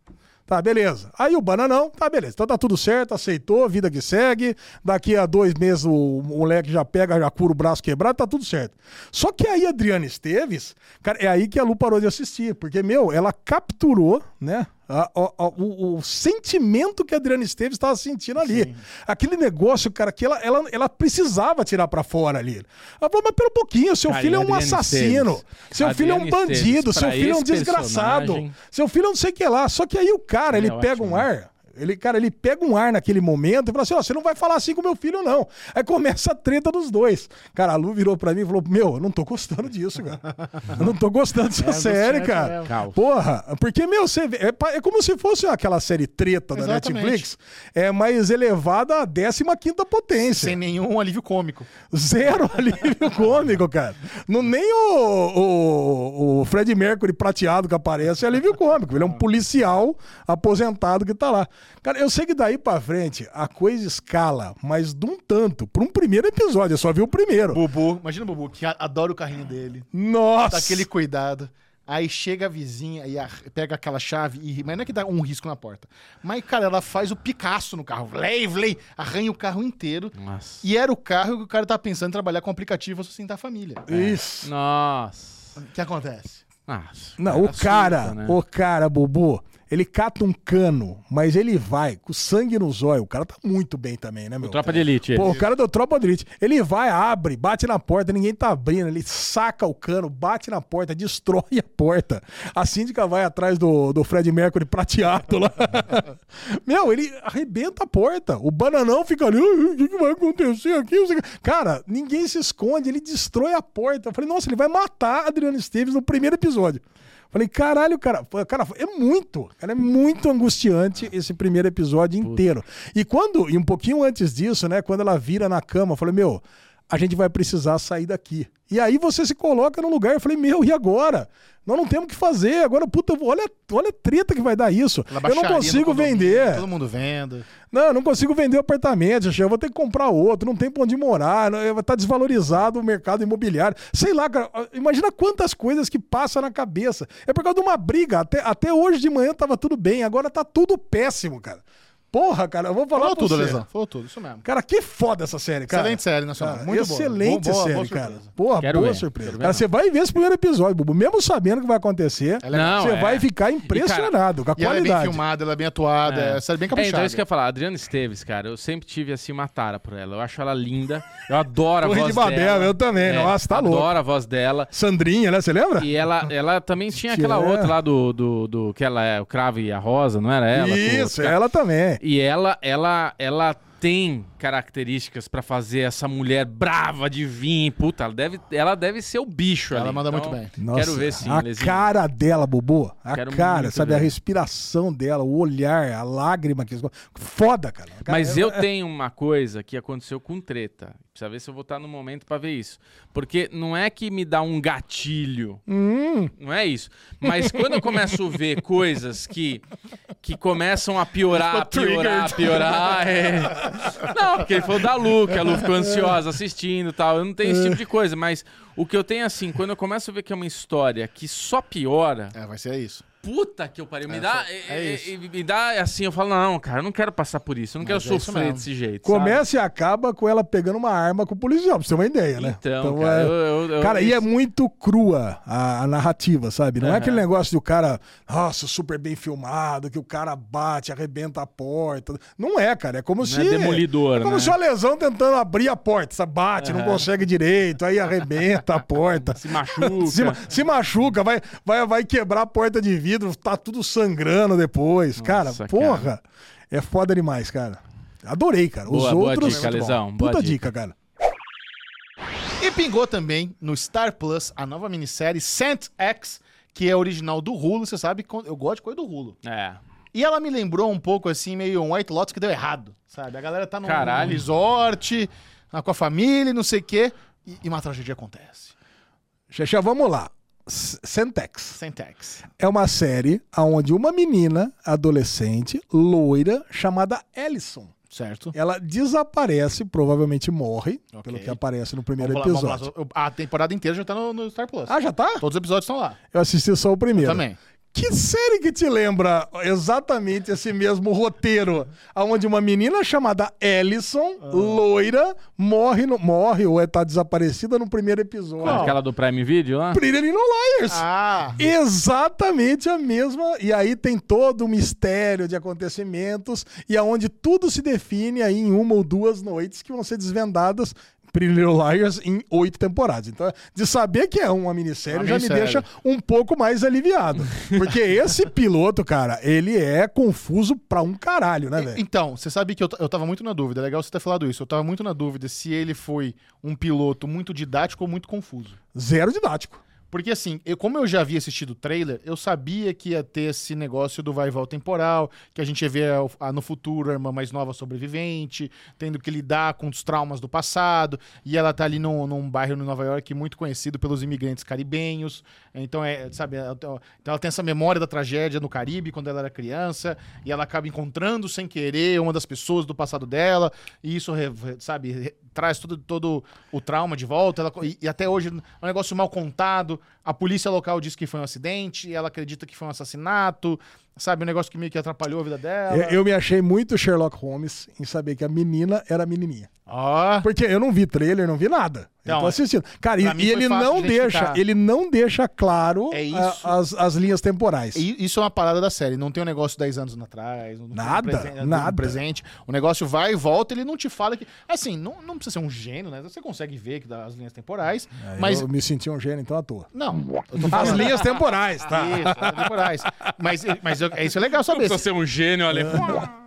A: Tá, beleza. Aí o bananão, tá, beleza. Então tá tudo certo, aceitou, vida que segue. Daqui a dois meses o moleque já pega, já cura o braço quebrado, tá tudo certo. Só que aí a Adriana Esteves, cara, é aí que a Lu parou de assistir, porque, meu, ela capturou, né? a- a- a- o, o sentimento que a Adriana Esteves estava sentindo ali. Aquele negócio, cara, que ela, ela, ela precisava tirar pra fora ali. Ela falou, mas pelo pouquinho, seu
C: Cara,
A: filho é
C: e
A: um
C: Adriana
A: assassino,
C: Esteves?
A: seu filho é um
C: Adriana Esteves,
A: bandido, seu
C: pra
A: filho é um
C: esse
A: desgraçado.
C: personagem-
A: Seu filho é não sei o que lá. Só que aí o cara, ele
C: é
A: pega um
C: ótimo,
A: ar. Ele, cara, ele pega um ar naquele momento e fala assim: ó, você não vai falar assim com meu filho, não. Aí começa a treta dos dois. Cara, a Lu virou pra mim e falou: Meu, eu não tô gostando disso, cara. Eu não tô
C: É,
A: gostando dessa série,
B: angustiante
A: cara.
B: mesmo.
C: Caos.
A: Porra, porque, meu, você vê, é, pa- é como se fosse aquela série treta da
B: Exatamente.
A: Netflix, é, mas elevada à 15 potência.
B: Sem nenhum alívio cômico.
A: Zero alívio cômico, cara. Não, nem o, o, o Fred Mercury prateado que aparece é alívio cômico. Ele é um policial aposentado que tá lá. Cara, eu sei que daí pra frente a coisa escala, mas de um tanto. Por um primeiro episódio, eu só vi o
C: Tá
A: primeiro.
B: Bubu, imagina o Bubu, que a- adora o carrinho dele.
A: Nossa!
B: daquele cuidado. Aí chega a vizinha e a- pega aquela chave e. Mas não é que dá um risco na porta. Mas, cara, ela faz o Picasso no carro. Vlei, vlei, arranha o carro inteiro.
C: Nossa.
B: E era o carro que o cara tava pensando em trabalhar com aplicativo pra sustentar a família.
A: É.
C: É.
A: Isso.
C: Nossa.
B: O que acontece?
C: Nossa.
A: Não, o cara,
C: surta, né?
A: o cara, Bubu, ele cata um cano, mas ele vai com sangue nos olhos. O cara tá muito bem também, né, meu?
C: Tropa de elite.
A: Pô,
C: ele.
A: o cara do Tropa de Elite. Ele vai, abre, bate na porta, ninguém tá abrindo. Ele saca o cano, bate na porta, destrói a porta. A síndica vai atrás do, do Fred Mercury prateado lá. Meu, ele arrebenta a porta. O bananão fica ali, "Ai, o que, que vai acontecer aqui? Não sei o que." Cara, ninguém se esconde, ele destrói a porta. Eu falei, nossa, ele vai matar a Adriana Esteves no primeiro episódio. Falei, caralho, cara, Pô, cara, é muito, cara, é muito angustiante esse primeiro episódio inteiro. E quando, e um pouquinho antes disso, né, quando ela vira na cama, eu falei, meu, a gente vai precisar sair daqui. E aí você se coloca no lugar, eu falei, meu, e agora? Nós não temos o que fazer, agora, puta, olha, olha a treta que vai dar isso.
B: Aquela
A: Eu não
B: baixaria no
A: consigo
B: condomínio,
A: vender.
B: Todo mundo vendo.
A: Não, eu não consigo vender o apartamento, gente. eu vou ter que comprar outro, não tem pra onde morar, não- tá desvalorizado o mercado imobiliário. Sei lá, cara, imagina quantas coisas que passam na cabeça. É por causa de uma briga, até, até hoje de manhã tava tudo bem, agora tá tudo péssimo, cara. Porra, cara, eu vou falar
B: Falou
A: pra
B: tudo,
A: você.
B: Lesão. é Falou tudo, isso mesmo.
A: Cara, que foda essa série, cara.
B: Excelente série nacional.
A: Cara,
B: Muito boa.
A: excelente
B: Boa, boa,
A: série,
B: boa
A: cara.
B: surpresa.
A: Porra,
C: Quero
A: boa
C: ver,
A: surpresa.
C: quero ver
A: Cara,
C: não.
A: você vai ver esse primeiro episódio, Bubu, mesmo sabendo o que vai acontecer.
C: Não,
A: você
C: é.
A: vai ficar impressionado com a
B: E ela é bem
A: qualidade.
B: filmada, ela é bem atuada, é,
A: tá
B: série bem
C: É,
B: caprichada.
C: então isso que eu ia falar. A Adriana Esteves, cara, eu sempre tive assim uma tara por ela. Eu acho ela linda. Eu adoro a
A: Torre
C: voz
A: de Babel,
C: dela.
A: eu também. Nossa, tá
C: adoro
A: louco.
C: Adoro a voz dela.
A: Sandrinha, né? Você lembra?
C: E ela, ela também tinha
A: Tinha.
C: aquela outra lá do, do, do- que ela é o cravo e a rosa, não era ela?
A: Isso,
C: Com o-
A: ela também.
C: E ela, ela, ela tem características pra fazer essa mulher brava de vir. Puta, ela deve, ela deve ser o bicho
B: Ela
C: ali.
B: manda
C: Então,
B: muito bem.
A: Nossa,
C: quero ver sim,
A: a
C: Lezinho.
A: cara dela, Bubu. A
C: Quero
A: cara,
C: muito
A: sabe? A
C: ver.
A: respiração dela, o olhar, a lágrima que foda, cara. cara é
C: Mas eu tenho uma coisa que aconteceu com treta. Precisa ver se eu vou estar no momento pra ver isso. Porque não é que me dá um gatilho. Não é isso. Mas quando eu começo a ver coisas que, que começam a piorar, piorar, piorar. é. Não, porque ele falou da Lu, que a Lu ficou ansiosa assistindo e tal. Eu não tenho esse tipo de coisa. Mas o que eu tenho é assim, quando eu começo a ver que é uma história que só piora,
B: É, vai ser isso.
C: puta que eu pariu. Me dá. é-
B: isso.
C: é- me dá assim, eu falo, não, cara, eu não quero passar por isso. Eu não
B: Mas
C: quero
B: é isso
C: sofrer
B: mesmo.
C: desse jeito. sabe?
A: Começa e acaba com ela pegando uma arma com o policial, pra você ter uma ideia, né?
C: Então, cara, eu- eu- eu-
A: Cara, e é
C: isso-
A: muito crua a, a narrativa, sabe? Não é aquele negócio do cara, nossa, super bem filmado, que o cara bate, arrebenta a porta. Não é, cara. É como se.
C: demolidor,
A: é como
C: né?
A: se uma lesão tentando abrir a porta. Você bate, não consegue direito, aí arrebenta a porta.
C: Se machuca.
A: se, ma- se machuca, vai, vai, vai quebrar a porta de vidro, tá tudo sangrando depois. cara,
C: cara.
A: porra, é foda demais, cara. Adorei, cara. Os
C: Boa- boa
A: outros.
C: dica,
A: Muito bom.
C: Lesão, boa
A: Puta
C: dica.
A: dica, cara.
B: E pingou também no Star Plus a nova minissérie Saint X, que é original do Hulu, você sabe, con- eu gosto de coisa do Hulu.
C: É.
B: E ela me lembrou um pouco assim, meio um White Lotus que deu errado, sabe? A galera tá num
C: Caralho.
B: resort, tá com a família, e não sei o quê, e, e uma tragédia acontece.
A: Xexé, vamos lá. S- Sentex.
B: Saint X.
A: É uma série onde uma menina adolescente, loira, chamada Ellison,
B: Certo?
A: ela desaparece, provavelmente morre,
B: Ok.
A: pelo que aparece no primeiro
B: Vamos lá, vamos lá.
A: episódio.
B: A temporada inteira já tá no, no Star Plus.
A: Ah, já tá?
B: Todos os episódios estão lá.
A: Eu assisti só o primeiro.
B: Também.
A: Que série que te lembra exatamente esse mesmo roteiro? Onde uma menina chamada Ellison,
C: Ah.
A: loira, morre, no, morre ou está desaparecida no primeiro episódio.
C: Aquela do Prime Video lá?
A: Pretty Little Liars.
B: Ah,
A: Exatamente a mesma. E aí tem todo um mistério de acontecimentos e aonde tudo se define aí em uma ou duas noites que vão ser desvendadas. Pretty Little Liars em oito temporadas. Então, de saber que é uma minissérie
B: Uma
A: já
B: minissérie.
A: me deixa um pouco mais aliviado. Porque esse piloto, cara, ele é confuso pra um caralho, né, velho?
B: Então, você sabe que eu, t- eu tava muito na dúvida. É legal você ter falado isso. Eu tava muito na dúvida se ele foi um piloto muito didático ou muito confuso.
A: Zero didático.
B: Porque assim, eu, como eu já havia assistido o trailer, eu sabia que ia ter esse negócio do vai e volta temporal, que a gente ia ver a- a- no futuro a irmã mais nova sobrevivente, tendo que lidar com os traumas do passado, e ela tá ali num, num bairro no Nova York muito conhecido pelos imigrantes caribenhos. Então, é, sabe, ela, então ela tem essa memória da tragédia no Caribe quando ela era criança, e ela acaba encontrando sem querer uma das pessoas do passado dela, e isso, re- re- sabe, re- traz todo, todo o trauma de volta. ela co- e, e até hoje é um negócio mal contado. A polícia local diz que foi um acidente, ela acredita que foi um assassinato, sabe? Um negócio que meio que atrapalhou a vida dela.
A: Eu- Eu me achei muito Sherlock Holmes em saber que a menina era a menininha.
B: Ó,
A: Porque eu não vi trailer, não vi nada.
B: Então,
A: eu tô assistindo. Cara, e,
B: pra mim
A: e
B: foi
A: ele
B: fácil
A: não
B: de
A: deixa,
B: identificar.
A: ele não deixa claro
B: É
A: a-
B: isso.
A: as, as linhas temporais.
B: e isso é uma parada da série. Não tem um negócio 10 anos atrás. não tem um
A: Nada,
B: presen- um
A: nada.
B: presente. O negócio vai e volta, ele não te fala que. Assim, não, não precisa ser um gênio, né? Você consegue ver que dá as linhas temporais. mas.
A: Eu me senti um gênio, então à toa.
B: Não, eu tô
A: As
B: falando-
A: linhas temporais, tá?
B: Isso, as temporais. Mas, mas eu- isso é legal
C: Não
B: saber.
C: precisa ser um gênio, olha.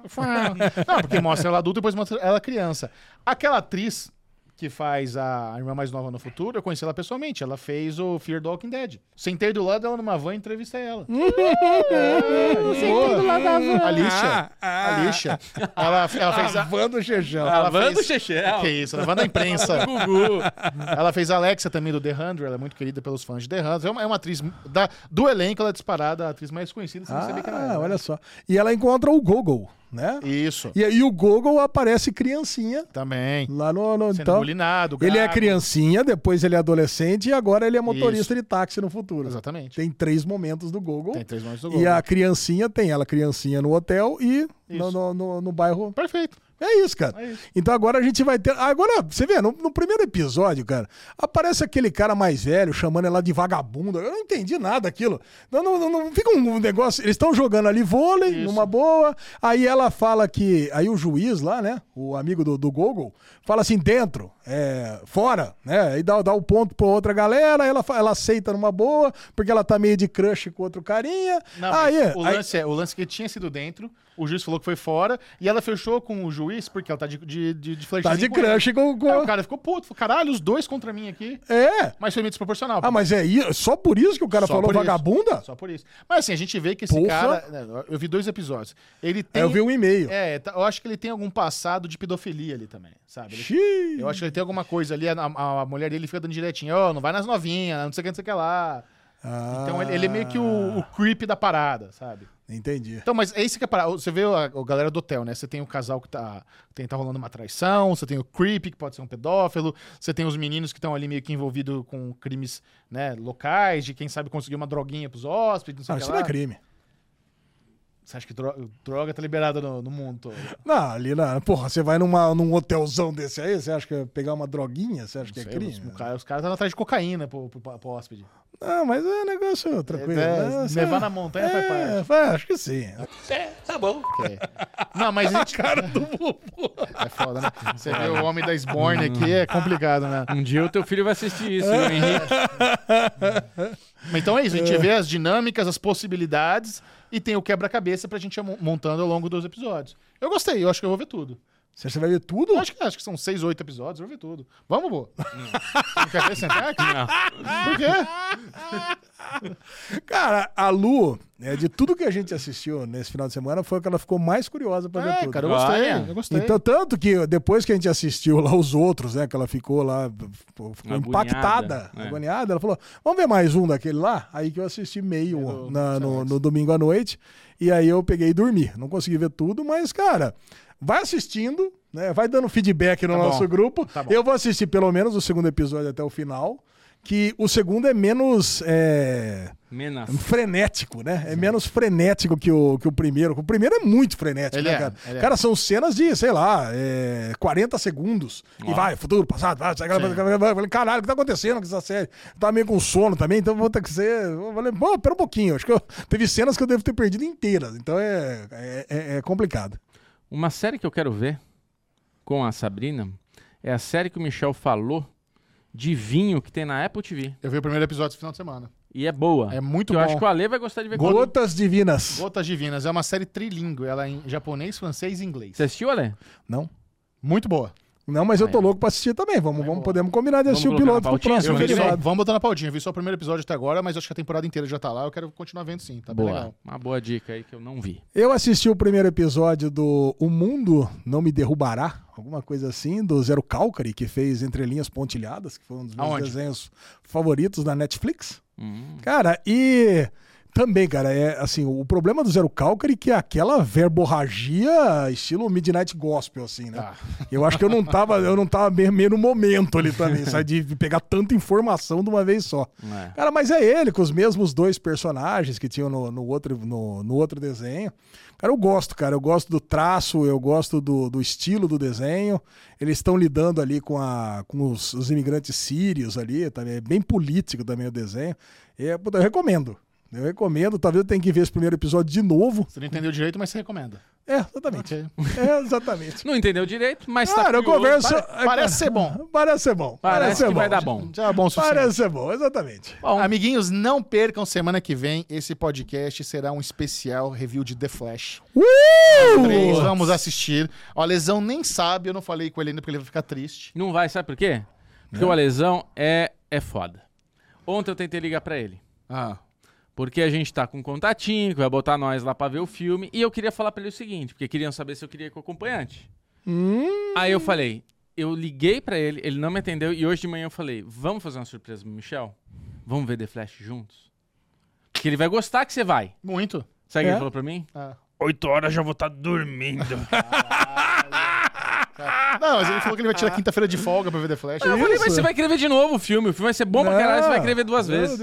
B: Não, porque mostra ela adulta e depois mostra ela criança. Aquela atriz que faz a irmã mais nova no futuro, eu conheci ela pessoalmente. Ela fez o Fear the Walking Dead. Sentei do lado dela numa van e entrevistei ela. Sentei do lado da van. Alicia. Alicia. Ela, ela fez a...
A: Van do Xexão.
B: ela
C: Van
B: fez-
C: do Chechel.
B: Que isso, a van da imprensa.
C: Gugu.
B: Ela fez a Alexa também do The Hundred, ela é muito querida pelos fãs de The Hundred. É uma, é uma atriz da, do elenco, ela é disparada, a atriz mais conhecida, sem saber que ela
A: Ah,
B: era.
A: olha só. E ela encontra o Google, né?
B: Isso,
A: E aí o Google aparece criancinha
B: também.
A: lá no. no-
B: Sendo
A: então,
B: bulinado,
A: ele é
B: gago.
A: criancinha, depois ele é adolescente e agora ele é motorista de táxi no futuro.
B: Exatamente.
A: Tem três momentos do Google.
B: Tem três mãos do gol.
A: E a criancinha tem ela, criancinha no hotel e no, no, no- no bairro.
B: Perfeito.
A: É isso, cara. Então agora a gente vai ter. Agora, você vê, no, no primeiro episódio, cara, aparece aquele cara mais velho chamando ela de vagabunda. Eu não entendi nada aquilo. Não, não, não, não- fica um negócio. Eles estão jogando ali vôlei, numa boa. Aí ela fala que. Aí o juiz lá, né? O amigo do, do Google, fala assim: dentro, é, fora, né? E dá, dá o ponto pra outra galera. Ela, fa- ela aceita numa boa, porque ela tá meio de crush com outro carinha.
B: Não,
A: aí,
B: mas o,
A: Ah, aí-
B: lance é, o lance que tinha sido dentro, o juiz falou que foi fora, e ela fechou com o juiz, porque ela tá de, de, de, de
A: Tá
B: flertezinho
A: de
B: com ele.
A: crush com.
B: Aí é o
A: com...
B: cara ficou puto, falou, caralho, os dois contra mim aqui.
A: É.
B: Mas foi meio desproporcional.
A: Ah, mas é i- só por isso que o cara
B: Só
A: falou
B: por isso.
A: vagabunda?
B: Só por isso. Mas assim, a gente vê que esse
A: Porra.
B: cara. né, Eu vi dois episódios. Ele tem.
A: Aí eu vi um e-mail.
B: É, tá- eu acho que ele tem algum passado de pedofilia ali também, sabe? Ele-
A: Xiii.
B: eu acho que ele tem alguma coisa ali, a, a- a mulher dele fica dando direitinho, ó, não vai nas novinhas, não sei o que, não sei o que lá. Então ele, ele é meio que o,
A: Ah.
B: o creep da parada, sabe?
A: Entendi.
B: Então, mas é isso que é parada. Você vê a, a galera do hotel, né? Você tem o casal que tá, tem, tá rolando uma traição, você tem o creep, que pode ser um pedófilo, você tem os meninos que estão ali meio que envolvidos com crimes né, locais, de quem sabe conseguir uma droguinha pros hóspedes, não sei
A: Ah,
B: o que
A: isso
B: lá.
A: não é crime.
B: Você acha que droga, droga tá liberada no, no mundo todo?
A: Não, ali na. Porra, você vai numa, num hotelzão desse aí, você acha que é pegar uma droguinha? Você acha que é
B: Sei, os,
A: crime?
B: o cara- os caras estão atrás de cocaína pro, pro, pro hóspede.
A: Não, mas é negócio tranquilo.
B: É,
A: né? Você-
B: levar na montanha faz parte.
A: faz- acho que sim.
B: Ok. é. Não, mas a gente... cara do É foda, né? Você vê o homem da Sborne aqui, é complicado, né?
C: Um dia o teu filho vai assistir isso, viu, Henrique?
B: Mas Então é isso, a gente vê as dinâmicas, as possibilidades e tem o quebra-cabeça pra gente ir mon- montando ao longo dos episódios. Eu gostei, eu acho que eu vou ver tudo.
A: Você acha que vai ver tudo?
B: Eu acho que, acho que são seis, oito episódios, eu vou ver tudo. Vamos, Bo? Não quer ver sentar aqui? Por quê?
A: Cara, a Lu, né, de tudo que a gente assistiu nesse final de semana, foi o que ela ficou mais curiosa pra ver
B: É,
A: tudo.
B: cara, eu gostei,
C: Olha.
B: eu gostei.
A: Então, tanto que depois que a gente assistiu lá os outros, né? Que ela ficou lá, pô, ficou
C: Agoniada,
A: impactada,
C: né?
A: agoniada. Ela falou: vamos ver mais um daquele lá? Aí que eu assisti meio um na- no, no domingo à noite. E aí eu peguei e dormi. Não consegui ver tudo, mas, cara, vai assistindo, né? Vai dando feedback no
B: Tá
A: nosso
B: bom.
A: grupo.
B: Tá bom.
A: eu vou assistir pelo menos o segundo episódio até o final. Que o segundo é menos. é,
C: Menas.
A: frenético, né? É menos frenético que o, que o primeiro. O primeiro é muito frenético,
B: Ele
A: né,
B: é,
A: cara?
B: ele é.
A: Cara, são cenas de, sei lá, é, 40 segundos. E vai, futuro, passado, vai, sai, vai, vai, vai. Eu falei, caralho, o que tá acontecendo com essa série? Eu tava meio com sono também, então vou ter que ser. Eu falei, pô, pera um pouquinho. Acho que eu- teve cenas que eu devo ter perdido inteiras. Então é, é, é- é complicado.
C: Uma série que eu quero ver com a Sabrina é a série que o Michel falou de vinho que tem na Apple TV.
B: Eu vi o primeiro episódio esse final de semana.
C: E é boa.
B: É muito
C: que Eu
B: bom.
C: acho que o Ale vai gostar de ver. quando-
A: Gotas divinas.
B: Gotas Divinas é uma série trilingue, ela é em japonês, francês e inglês.
C: Você assistiu, Ale?
A: Não.
B: Muito boa.
A: Não, mas eu tô louco pra assistir também. Vamos, vamos podemos combinar de assistir o
C: colocar na
A: piloto pro
C: pautinha
A: próximo
C: semana que vem?
A: derivado.
B: Vamos botar na pautinha. Eu vi só o primeiro episódio até agora, mas acho que a temporada inteira já tá lá. Eu quero continuar vendo sim, tá bem
C: Boa.
B: legal.
C: Uma boa dica aí que eu não vi.
A: Eu assisti o primeiro episódio do O Mundo Não Me Derrubará, alguma coisa assim, do Zero Calcari, que fez Entre Linhas Pontilhadas, que foi um dos meus
B: Aonde?
A: desenhos favoritos da Netflix.
C: Hum.
A: Cara, e também, cara, é assim, o problema do Zero Calcari é que é aquela verborragia estilo Midnight Gospel, assim, né? Eu acho que eu não tava, eu não tava meio, meio no momento ali também, sabe? De pegar tanta informação de uma vez só.
C: É.
A: Cara, mas é ele, com os mesmos dois personagens que tinham no, no outro, no, no outro desenho. Cara, eu gosto, cara. Eu gosto do traço, eu gosto do, do estilo do desenho. Eles estão lidando ali com, a, com os, os imigrantes sírios ali. Também. É bem político também o desenho. É, puta, eu recomendo. Eu recomendo. Talvez eu tenha que ver esse primeiro episódio de novo.
B: Você não entendeu direito, mas você recomenda.
A: É, exatamente.
B: Ok.
A: É, exatamente.
C: Não entendeu direito, mas tá
A: Cara, eu
C: curioso.
A: converso.
B: Pare- parece ser bom.
A: Parece ser bom.
C: Parece
A: ser
C: que vai dar bom.
B: Já é bom o suficiente.
A: Parece ser bom, exatamente.
B: Amiguinhos, não percam semana que vem. Esse podcast será um especial review de The Flash. Três,
A: Uh!
B: vamos assistir. Ó, a Lesão nem sabe, eu não falei com ele ainda porque ele vai ficar triste.
C: Não vai, sabe por quê? Porque o Alesão é, é foda. Ontem eu tentei ligar pra ele.
B: Ah,
C: Porque a gente tá com um contatinho, que vai botar nós lá pra ver o filme. E eu queria falar pra ele o seguinte, porque queriam saber se eu queria ir com o acompanhante. Aí eu falei, eu liguei pra ele, ele não me atendeu. E hoje de manhã eu falei, vamos fazer uma surpresa pro Michel? Vamos ver The Flash juntos? Porque ele vai gostar que você vai.
B: muito?
C: Sabe o que
A: É?
C: ele falou pra mim?
B: Ah.
C: Oito horas já vou estar dormindo.
B: Ah. Não, mas ele falou que ele vai tirar quinta-feira de folga pra ver The Flash.
C: eu falei, mas você vai querer ver de novo o filme. O filme vai ser bom pra caralho, você vai querer ver duas vezes.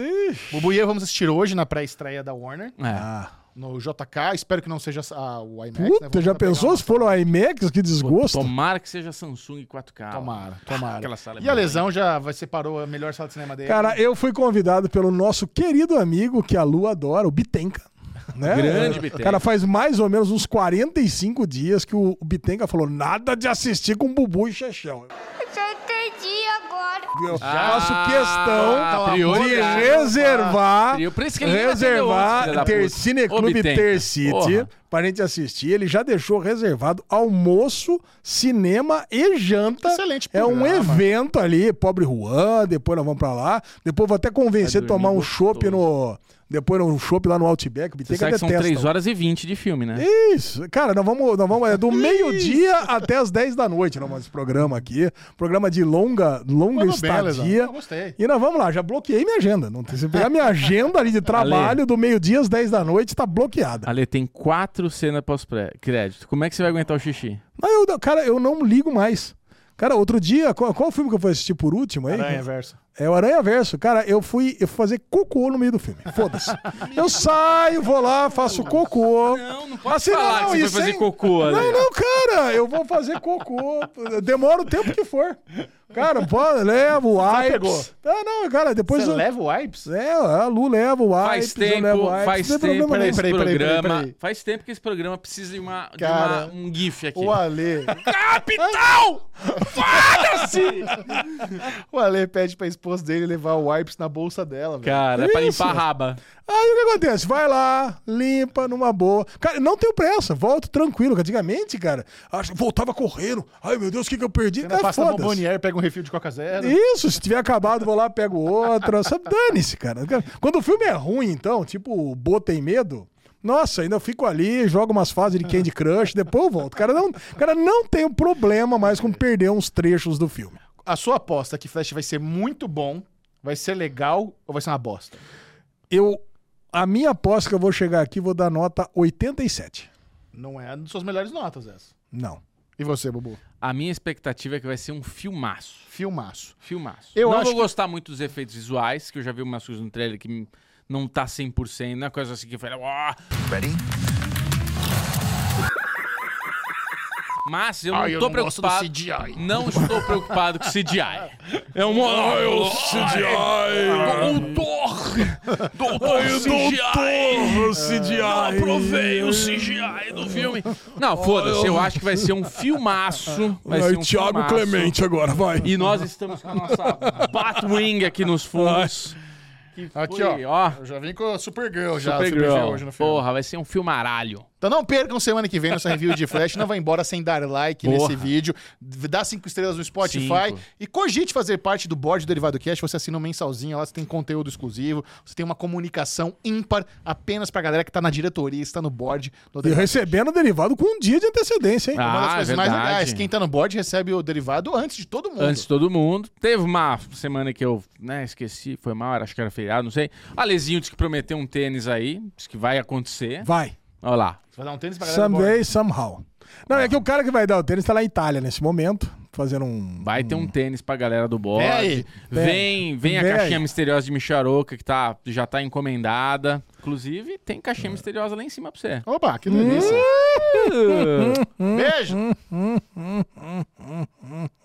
B: O Buia vamos assistir hoje na pré-estreia da Warner,
C: É.
B: Ah, no JK. Espero que não seja a- o IMAX. né?
A: Puta,
B: Vamos
A: já
B: tentar pegar
A: pensou
B: uma-
A: se foram a IMAX? Que desgosto.
C: Tomara que seja Samsung 4K.
B: Tomara, tomara.
C: Aquela sala é
B: e a
C: boa,
B: Lesão já vai separou a melhor sala de cinema dele.
A: Cara, eu fui convidado pelo nosso querido amigo que a Lu adora, o Bitenca. Né?
C: Grande
A: É,
C: Bitenca.
A: Cara, faz mais ou menos uns 45 dias que o Bitenca falou nada de assistir com Bubu e Chechel.
I: Já entendi agora.
A: Eu
C: Ah,
A: faço questão de
C: prioridade.
A: reservar,
C: Por isso que ele nem me atendeu antes, filha
A: reservar
C: da
A: Ter
C: puta. Ô,
A: Cineclube
C: Bitenca,
A: Ter City
C: porra.
A: pra gente assistir. Ele já deixou reservado almoço, cinema e janta.
B: Excelente
A: É um
B: programa.
A: evento ali, pobre Juan, depois nós vamos pra lá. Depois vou até convencer
C: Vai dormir
A: tomar um
C: gostoso.
A: chopp no... Depois um chopp lá no Outback, o
C: Você
A: Bitenca
C: sabe que são
A: detesta.
C: 3 horas e 20 de filme, né?
A: Isso. Cara, nós vamos, nós vamos é do meio-dia até as 10 da noite, nós vamos esse programa aqui. Programa de longa, longa
B: Mandou bem,
A: estadia.
B: Lesão. Eu gostei.
A: E nós vamos lá, já bloqueei minha agenda. Não tem, se eu pegar minha agenda ali de trabalho do meio-dia às 10 da noite, tá bloqueada.
C: Ale, tem quatro cenas pós-crédito. Como é que você vai aguentar o xixi?
A: Mas eu, cara, eu não ligo mais. Cara, outro dia, qual, qual o filme que eu fui assistir por último aí?
B: Aranha Verso.
A: É o Aranha Verso. Cara, eu fui, eu fui fazer cocô no meio do filme. Foda-se. Eu saio, vou lá, faço cocô.
C: Não, não pode
A: Assim,
C: falar que você
A: isso
C: foi fazer
A: sem-
C: cocô ali.
A: Não, não, cara, eu vou fazer cocô. Demora o tempo que for. Cara, pô, levo o
B: Você
A: wipes.
B: pegou?
A: Não, não, cara, depois...
B: Você
A: eu-
B: leva o wipes?
A: É, a Lu leva o wipes,
C: Faz tempo,
A: eu levo o wipes.
C: faz
A: não tem
C: tempo
A: problema
C: que
B: peraí,
A: nenhum.
C: esse
B: peraí, peraí,
C: programa.
B: peraí.
C: Faz tempo que esse programa precisa de, uma, de
B: Cara,
C: uma- um GIF aqui.
B: O Ale.
C: Capital! Foda-se!
B: o Ale pede pra esposa dele levar o wipes na bolsa dela, velho.
C: Cara, é pra
A: Isso.
C: limpar a raba.
A: Aí o que acontece? Vai lá, limpa numa boa. Cara, não tenho pressa, volto tranquilo. que Antigamente, cara, acho- voltava correndo. Ai, meu Deus, o que, que eu perdi?
B: Você não
A: Cara,
B: passa
A: foda-se.
B: bombonier, pega um refil de Coca Zero.
A: Isso, se tiver acabado, vou lá, pego outra. Sabe, dane-se, cara. Quando o filme é ruim, então, tipo, o Bo tem medo. Nossa, ainda eu fico ali, jogo umas fases de Candy Crush, depois eu volto. Cara, não, cara, não tem um problema mais com perder uns trechos do filme.
B: A sua aposta é que Flash vai ser muito bom, vai ser legal ou vai ser uma bosta?
A: Eu. A minha aposta que eu vou chegar aqui, vou dar nota 87.
B: Não é das suas melhores notas essa.
A: Não.
B: E você, Bubu?
C: A minha expectativa é que vai ser um filmaço.
B: Filmaço.
C: Filmaço.
B: Eu
C: não
B: acho
C: vou
B: que-
C: gostar muito dos efeitos visuais, que eu já vi umas coisas no trailer que me- não tá 100%, não é coisa assim que eu falei... "Ó". Mas eu não
B: Ai, eu
C: tô
B: não gosto do
C: preocupado...
B: CGI.
C: Não estou preocupado com CGI.
B: Ah.
C: É um... Ai, o CGI! Doutor! Doutor CGI! Não aprovei o CGI do filme. Não, foda-se. Eu acho que vai ser um filmaço. Vai ser um filmaço.
A: agora, vai.
C: E nós estamos com a nossa Batwing aqui nos fundos.
B: Aqui,
C: Ui,
B: ó. Eu já vim com a Supergirl já.
C: Supergirl.
B: hoje no filme.
C: Porra, vai ser um filmaralho.
B: Então não percam semana que vem nossa review de Flash. Não vai embora sem dar like
C: Porra.
B: nesse vídeo. Dá cinco estrelas no Spotify.
C: Cinco.
B: E cogite fazer parte do board do Derivado Cast. Você assina um mensalzinho lá, você tem conteúdo exclusivo. Você tem uma comunicação ímpar apenas pra galera que tá na diretoria, está no board. Do
A: E
B: Derivado.
A: recebendo o derivado com um dia de antecedência, hein?
B: Uma das
C: Ah,
B: coisas mais
C: verdade.
B: legais. Quem tá no board recebe o derivado antes de todo mundo.
C: Antes de todo mundo. Teve uma semana que eu né, esqueci, foi mal, era- acho que era feriado, não sei. Alezinho disse que prometeu um tênis aí, disse que vai acontecer.
A: Vai.
C: Olha lá.
B: Você vai dar um tênis pra galera do board.
A: Someday, somehow. Não, é que o cara que vai dar o tênis tá lá em Itália nesse momento, fazendo um.
C: Vai ter um tênis pra galera do bode.
B: Hum. Vem aí.
C: Vem, vem a
A: Vem
C: caixinha
A: aí.
C: misteriosa de Micharoca, que tá, já tá encomendada. Inclusive, tem
B: É.
C: caixinha misteriosa lá em cima pra você.
B: Opa, que delícia. Beijo!